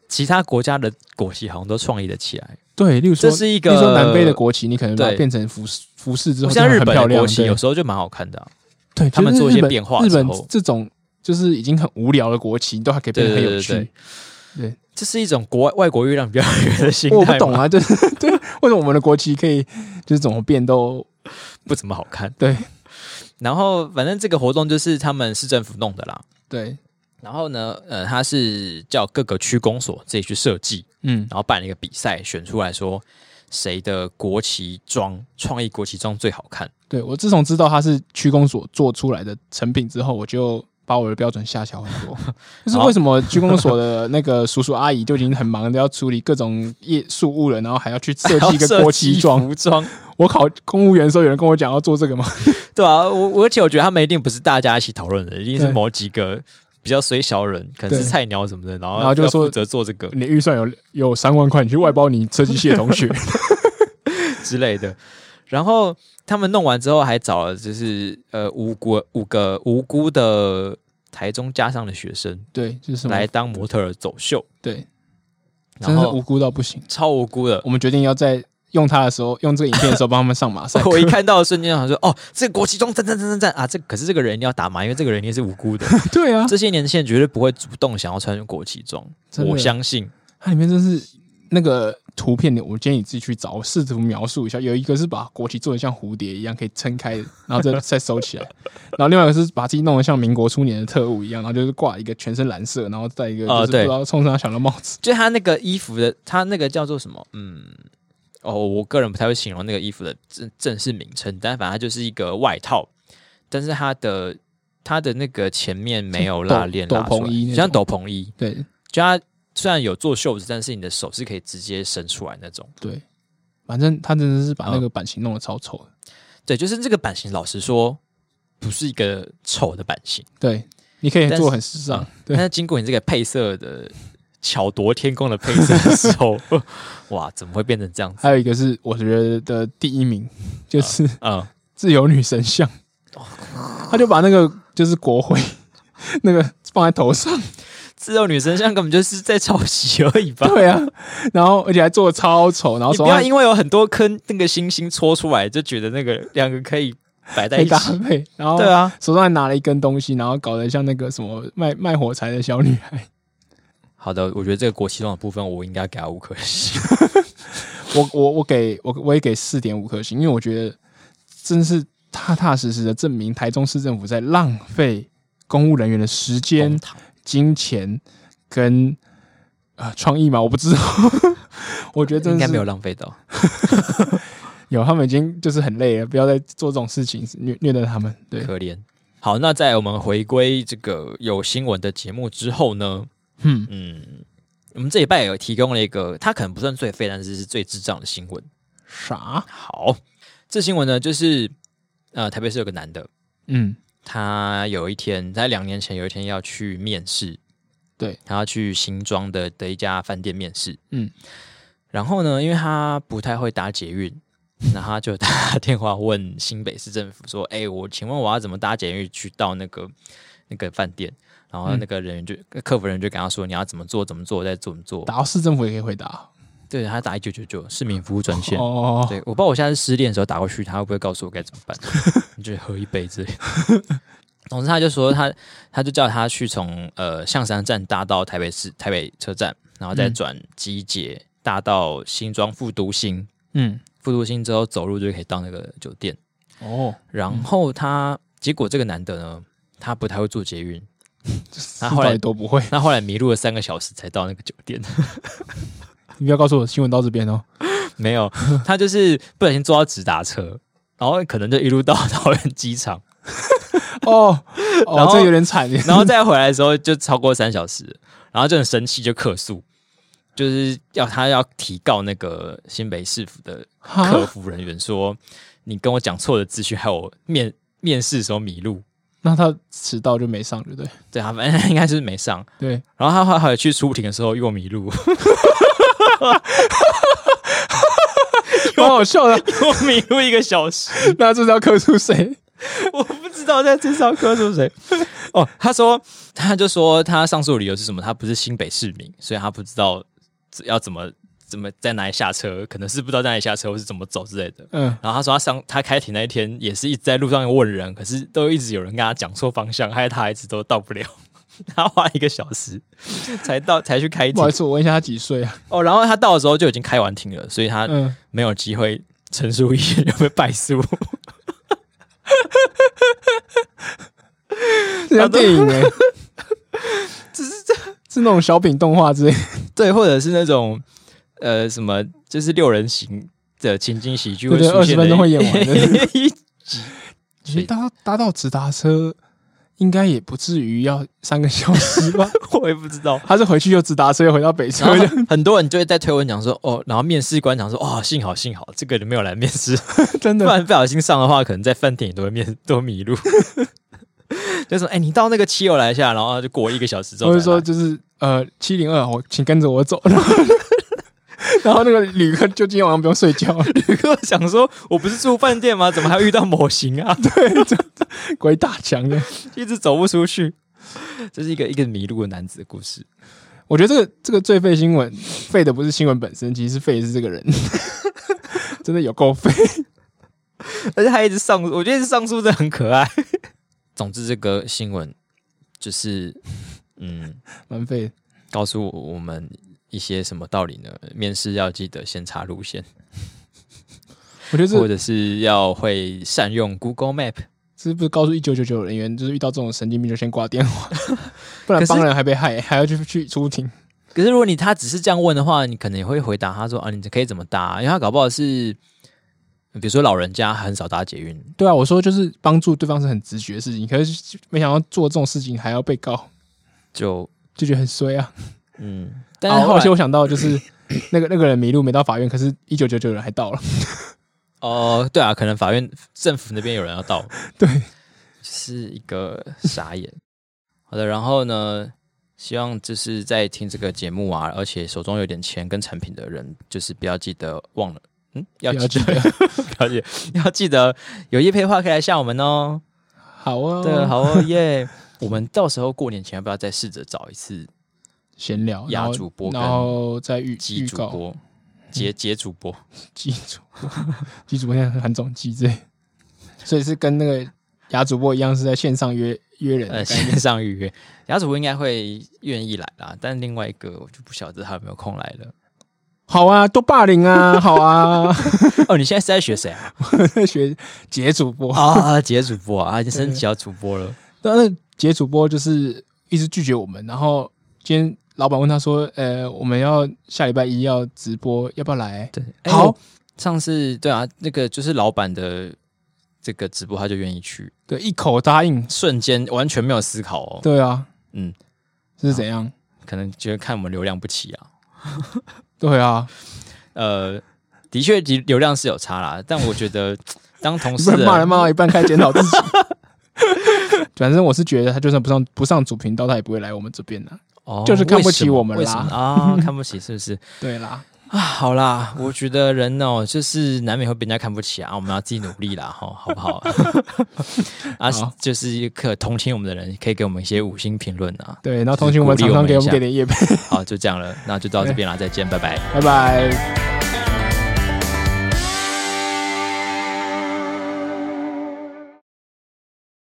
其他国家的国旗好像都创意的起来，对，例如说，这是一个例如说南非的国旗，你可能把它对变成服饰服饰之后，像就日很本漂的亮。国旗对有时候就蛮好看的啊、对，他就是们做一些日本变化日之本后这种就是已经很无聊的国旗，都还可以变得很有趣。对对这是一种国外外国月亮比较 圆的心态吗，我不懂啊，就是 对，为什么我们的国旗可以就是怎么变都不怎么好看。对然后反正这个活动就是他们市政府弄的啦。对，然后呢，呃，他是叫各个区公所自己去设计，嗯，然后办了一个比赛，选出来说谁的国旗装创意国旗装最好看。对我自从知道它是区公所做出来的成品之后，我就把我的标准下调很 多。就是为什么区公所的那个叔叔阿姨就已经很忙的要处理各种业事务了，然后还要去设计一个国旗装？服装，我考公务员的时候，有人跟我讲要做这个吗？对啊，我我而且我觉得他们一定不是大家一起讨论的，一定是对某几个比较水小人，可能是对菜鸟什么的，然后然后就要说负责做这个 你预算有有三万块，你去外包你设计系的同学。之类的。然后他们弄完之后，还找了就是呃无辜五个无辜的台中家上的学生，对，就是什么来当模特儿走秀，对，真然的是后无辜到不行。超无辜的。 我们决定要在用它的时候，用这个影片的时候帮他们上马赛 克。我一看到的瞬间，想说：“哦，这个国旗中赞赞赞赞赞啊！这可是这个人一定要打嘛，因为这个人一定是无辜 的。对啊，这些年轻人绝对不会主动想要穿国旗装，真的我相信。它里面真是那个图片，我建议你自己去找，我试图描述一下。有一个是把国旗做的像蝴蝶一样可以撑开，然后再再 收起来；然后另外一个是把自己弄得像民国初年的特务一样，然后就是挂一个全身蓝色，然后戴一个啊就是不对知道冲上想的帽子。就他那个衣服的，他那个叫做什么？嗯，哦，我个人不太会形容那个衣服的正正式名称，但反正它就是一个外套，但是它的它的那个前面没有拉链斗拉出斗来篷衣那，种像斗篷衣，对就它虽然有做袖子，但是你的手是可以直接伸出来那种。对，反正他真的是把那个版型弄得超丑的。对，就是这个版型，老实说不是一个丑的版型，对，你可以但是做很时尚嗯。对但是经过你这个配色的巧夺天工的配色的时 候，哇，怎么会变成这样子？还有一个是我觉得第一名就是嗯，自由女神像，哦他就把那个就是国徽 那个放在头上，自由女神像根本就是在抄袭而已吧。对啊，然后而且还做的超丑，然后你手不要上因为有很多颗那个星星戳出来，就觉得那个两个可以摆在还一搭起。配，然后对啊，手上还拿了一根东西，然后搞得像那个什么卖卖火柴的小女孩。 好的，我觉得这个国旗装的部分，我应该给他五颗星。我我我给我我也给四点五颗星，因为我觉得真是踏踏实实的证明台中市政府在浪费公务人员的时间公、堂金钱跟啊创意嘛，我不知道。 我觉得真应的该是没有浪费到。有，他们已经就是很累了，不要再做这种事情，虐虐待他们。对，可怜。好，那在我们回归这个有新闻的节目之后呢，嗯嗯，我们这礼拜有提供了一个，它可能不算最废，但是是最智障的新闻。啥？好，这新闻呢，就是呃，台北市有个男的，嗯，他有一天在两年前有一天要去面试，对，他要去新庄的的一家饭店面试，嗯，然后呢，因为他不太会搭捷运， 那他就打电话问新北市政府说：“哎、我请问我要怎么搭捷运去到那个那个饭店？”然嗯后那个人员就、客服人员就跟他说：“你要怎么做？怎么做？再怎么做打到市政府也可以回答。？”对他打一九九九市民服务专 线。哦，对，我不知道我现在是失恋的时候打过去，他会不会告诉我该怎么办？你就喝一杯之类的。 总之，他就说他，他就叫他去从呃象山站搭到台北市台北车站，然后再嗯转机捷搭到新庄复都新，嗯，复都新之后走路就可以到那个酒店。哦，然后他结果这个男的呢，他不太会坐捷运，他那后来都不会。他后来迷路了三个小时才到那个酒店。 你不要告诉我新闻到这边哦。没有，他就是不小心坐到直达车，然后可能就一路到桃园机场。哦，然哦，后这有点惨。然后再回来的时候就超过三小时，然后就很生气，就客诉，就是要他要提告那个新北市府的客哈，服人员说，你跟我讲错的资讯，还有我面面试的时候迷路。 那他迟到就没上，对不对？对他反正应该就是没上， 对，然后他后来去出庭的时候又迷路， 蛮好笑的。又迷路一个小时， 那这是要克诉谁？ 我不知道在介绍客诉谁。 哦，他说，他就说他上诉的理由是什么？他不是新北市民，所以他不知道要怎么怎么在哪里下车，可能是不知道在哪里下车，或是怎么走之类的。嗯，然后他说他上他开庭那一天也是一直在路上问人，可是都一直有人跟他讲错方向，害他一直都到不了。 他花了一个小时才到，才去开不好意庭思，我问一下他几岁啊？哦。然后他到的时候就已经开完庭了，所以他 嗯，没有机会陈述意见，就被败诉。这像电影哎， 只是这是 那种小品动画之类。对，或者是那种呃什么，就是六人行的情景喜剧会对对出现20分钟的会演完 的一其实搭搭到直达车，应该也不至于要三个小时 吧？我也不知 道。他是回去又直达车，又回到北车然这后样，很多人就会在推文讲说哦，然后面试官讲说哦，幸好幸好这个人没有来面试，真 不的然不小心上的话，可能在饭店里都会面都迷 路。就说哎、你到那个七友来一下，然后就过一个小时之后我才是来，说，就是呃，七零二，我请跟着我走。 然后然后那个旅客就今天晚上不用睡 觉，旅客想说 我不是住饭店吗？怎么还遇到模型啊？ 鬼打墙的。一直走不出去，这是一个一个迷路的男子的故事。我觉得这个这个最废新闻，废的不是新闻本身，其实废的是这个人， 真的有够废。而且他一直上诉，我觉得一直上诉真的很可爱。总之，这个新闻 就是嗯，蛮废的。告诉我们一些什么道理呢？面试要记得先查路线，我觉得或这者是要会善用 Google Map。这不是告诉一九九九人员，就是遇到这种神经病就先挂 电话，不可然是帮人还被害，还要去去出庭。可是如果你他只是这样问的话，你可能也会回答他说啊，你可以怎么搭？因为他搞不好是，比如说老人家很少搭捷运，对啊，我说就是帮助对方是很直觉的事情，可是没想到做这种事情还要被告，就就觉得很衰啊。嗯，但但是是后后期来我想到就是那个那个人迷路没到法院，可是一九九九人还到了，哦、对啊，可能法院政府那边有人要到， 对，是一个傻眼。好的，然后呢，希望就是在听这个节目啊，而且手中有点钱跟产品的人，就是不要记得忘了，嗯，要不要记记得，得。不 要记得，要记得有业配的话可以来下我们哦。好哦，对，好哦，耶！我们到时候过年前要不要再试着找一次闲聊，亚然后主播跟然后再预鸡预主告播、杰杰主播？基主播，基主播现在很总机之类，所以是跟那个雅主播一样是在线上约约人的呃，概念。线上预约，亚主播应该会愿意来啦，但另外一个我就不晓得他有没有空来了。好啊，都霸凌啊，好啊， 哦，你现在是在学谁啊？学杰主播，啊啊，杰主播啊，已经升级到主播了。但是杰主播就是一直拒绝我们，然后今天老板问他说：“呃，我们要下礼拜一要直播，要不要来对，？”哎好，，我上次对啊，那个就是老板的这个直播，他就愿意去，对，啊一口答应，瞬间完全没有思考哦，对啊，嗯，这是怎样？可能觉得看我们流量不起啊，对啊，呃，的确流流量是有差啦，但我觉得 当同你事不能骂人人骂到一半开始检讨自 己。反正我是觉得他就算不上不上主频道，他也不会来我们这边的、啊哦就是看不为什起么我们啦为什么啊，看不起是不是？对啦，啊，好啦，我觉得人哦，就是难免会被人家看不起啊，我们要自己努力啦， 哈，好不好？啊好，就是可同情我们的人，可以给我们一些五星评论啊。对，然后同情我们就是常鼓励我们常给我一下们给点夜配， 好，就这样了，那就到这边啦，再见，拜拜。拜拜。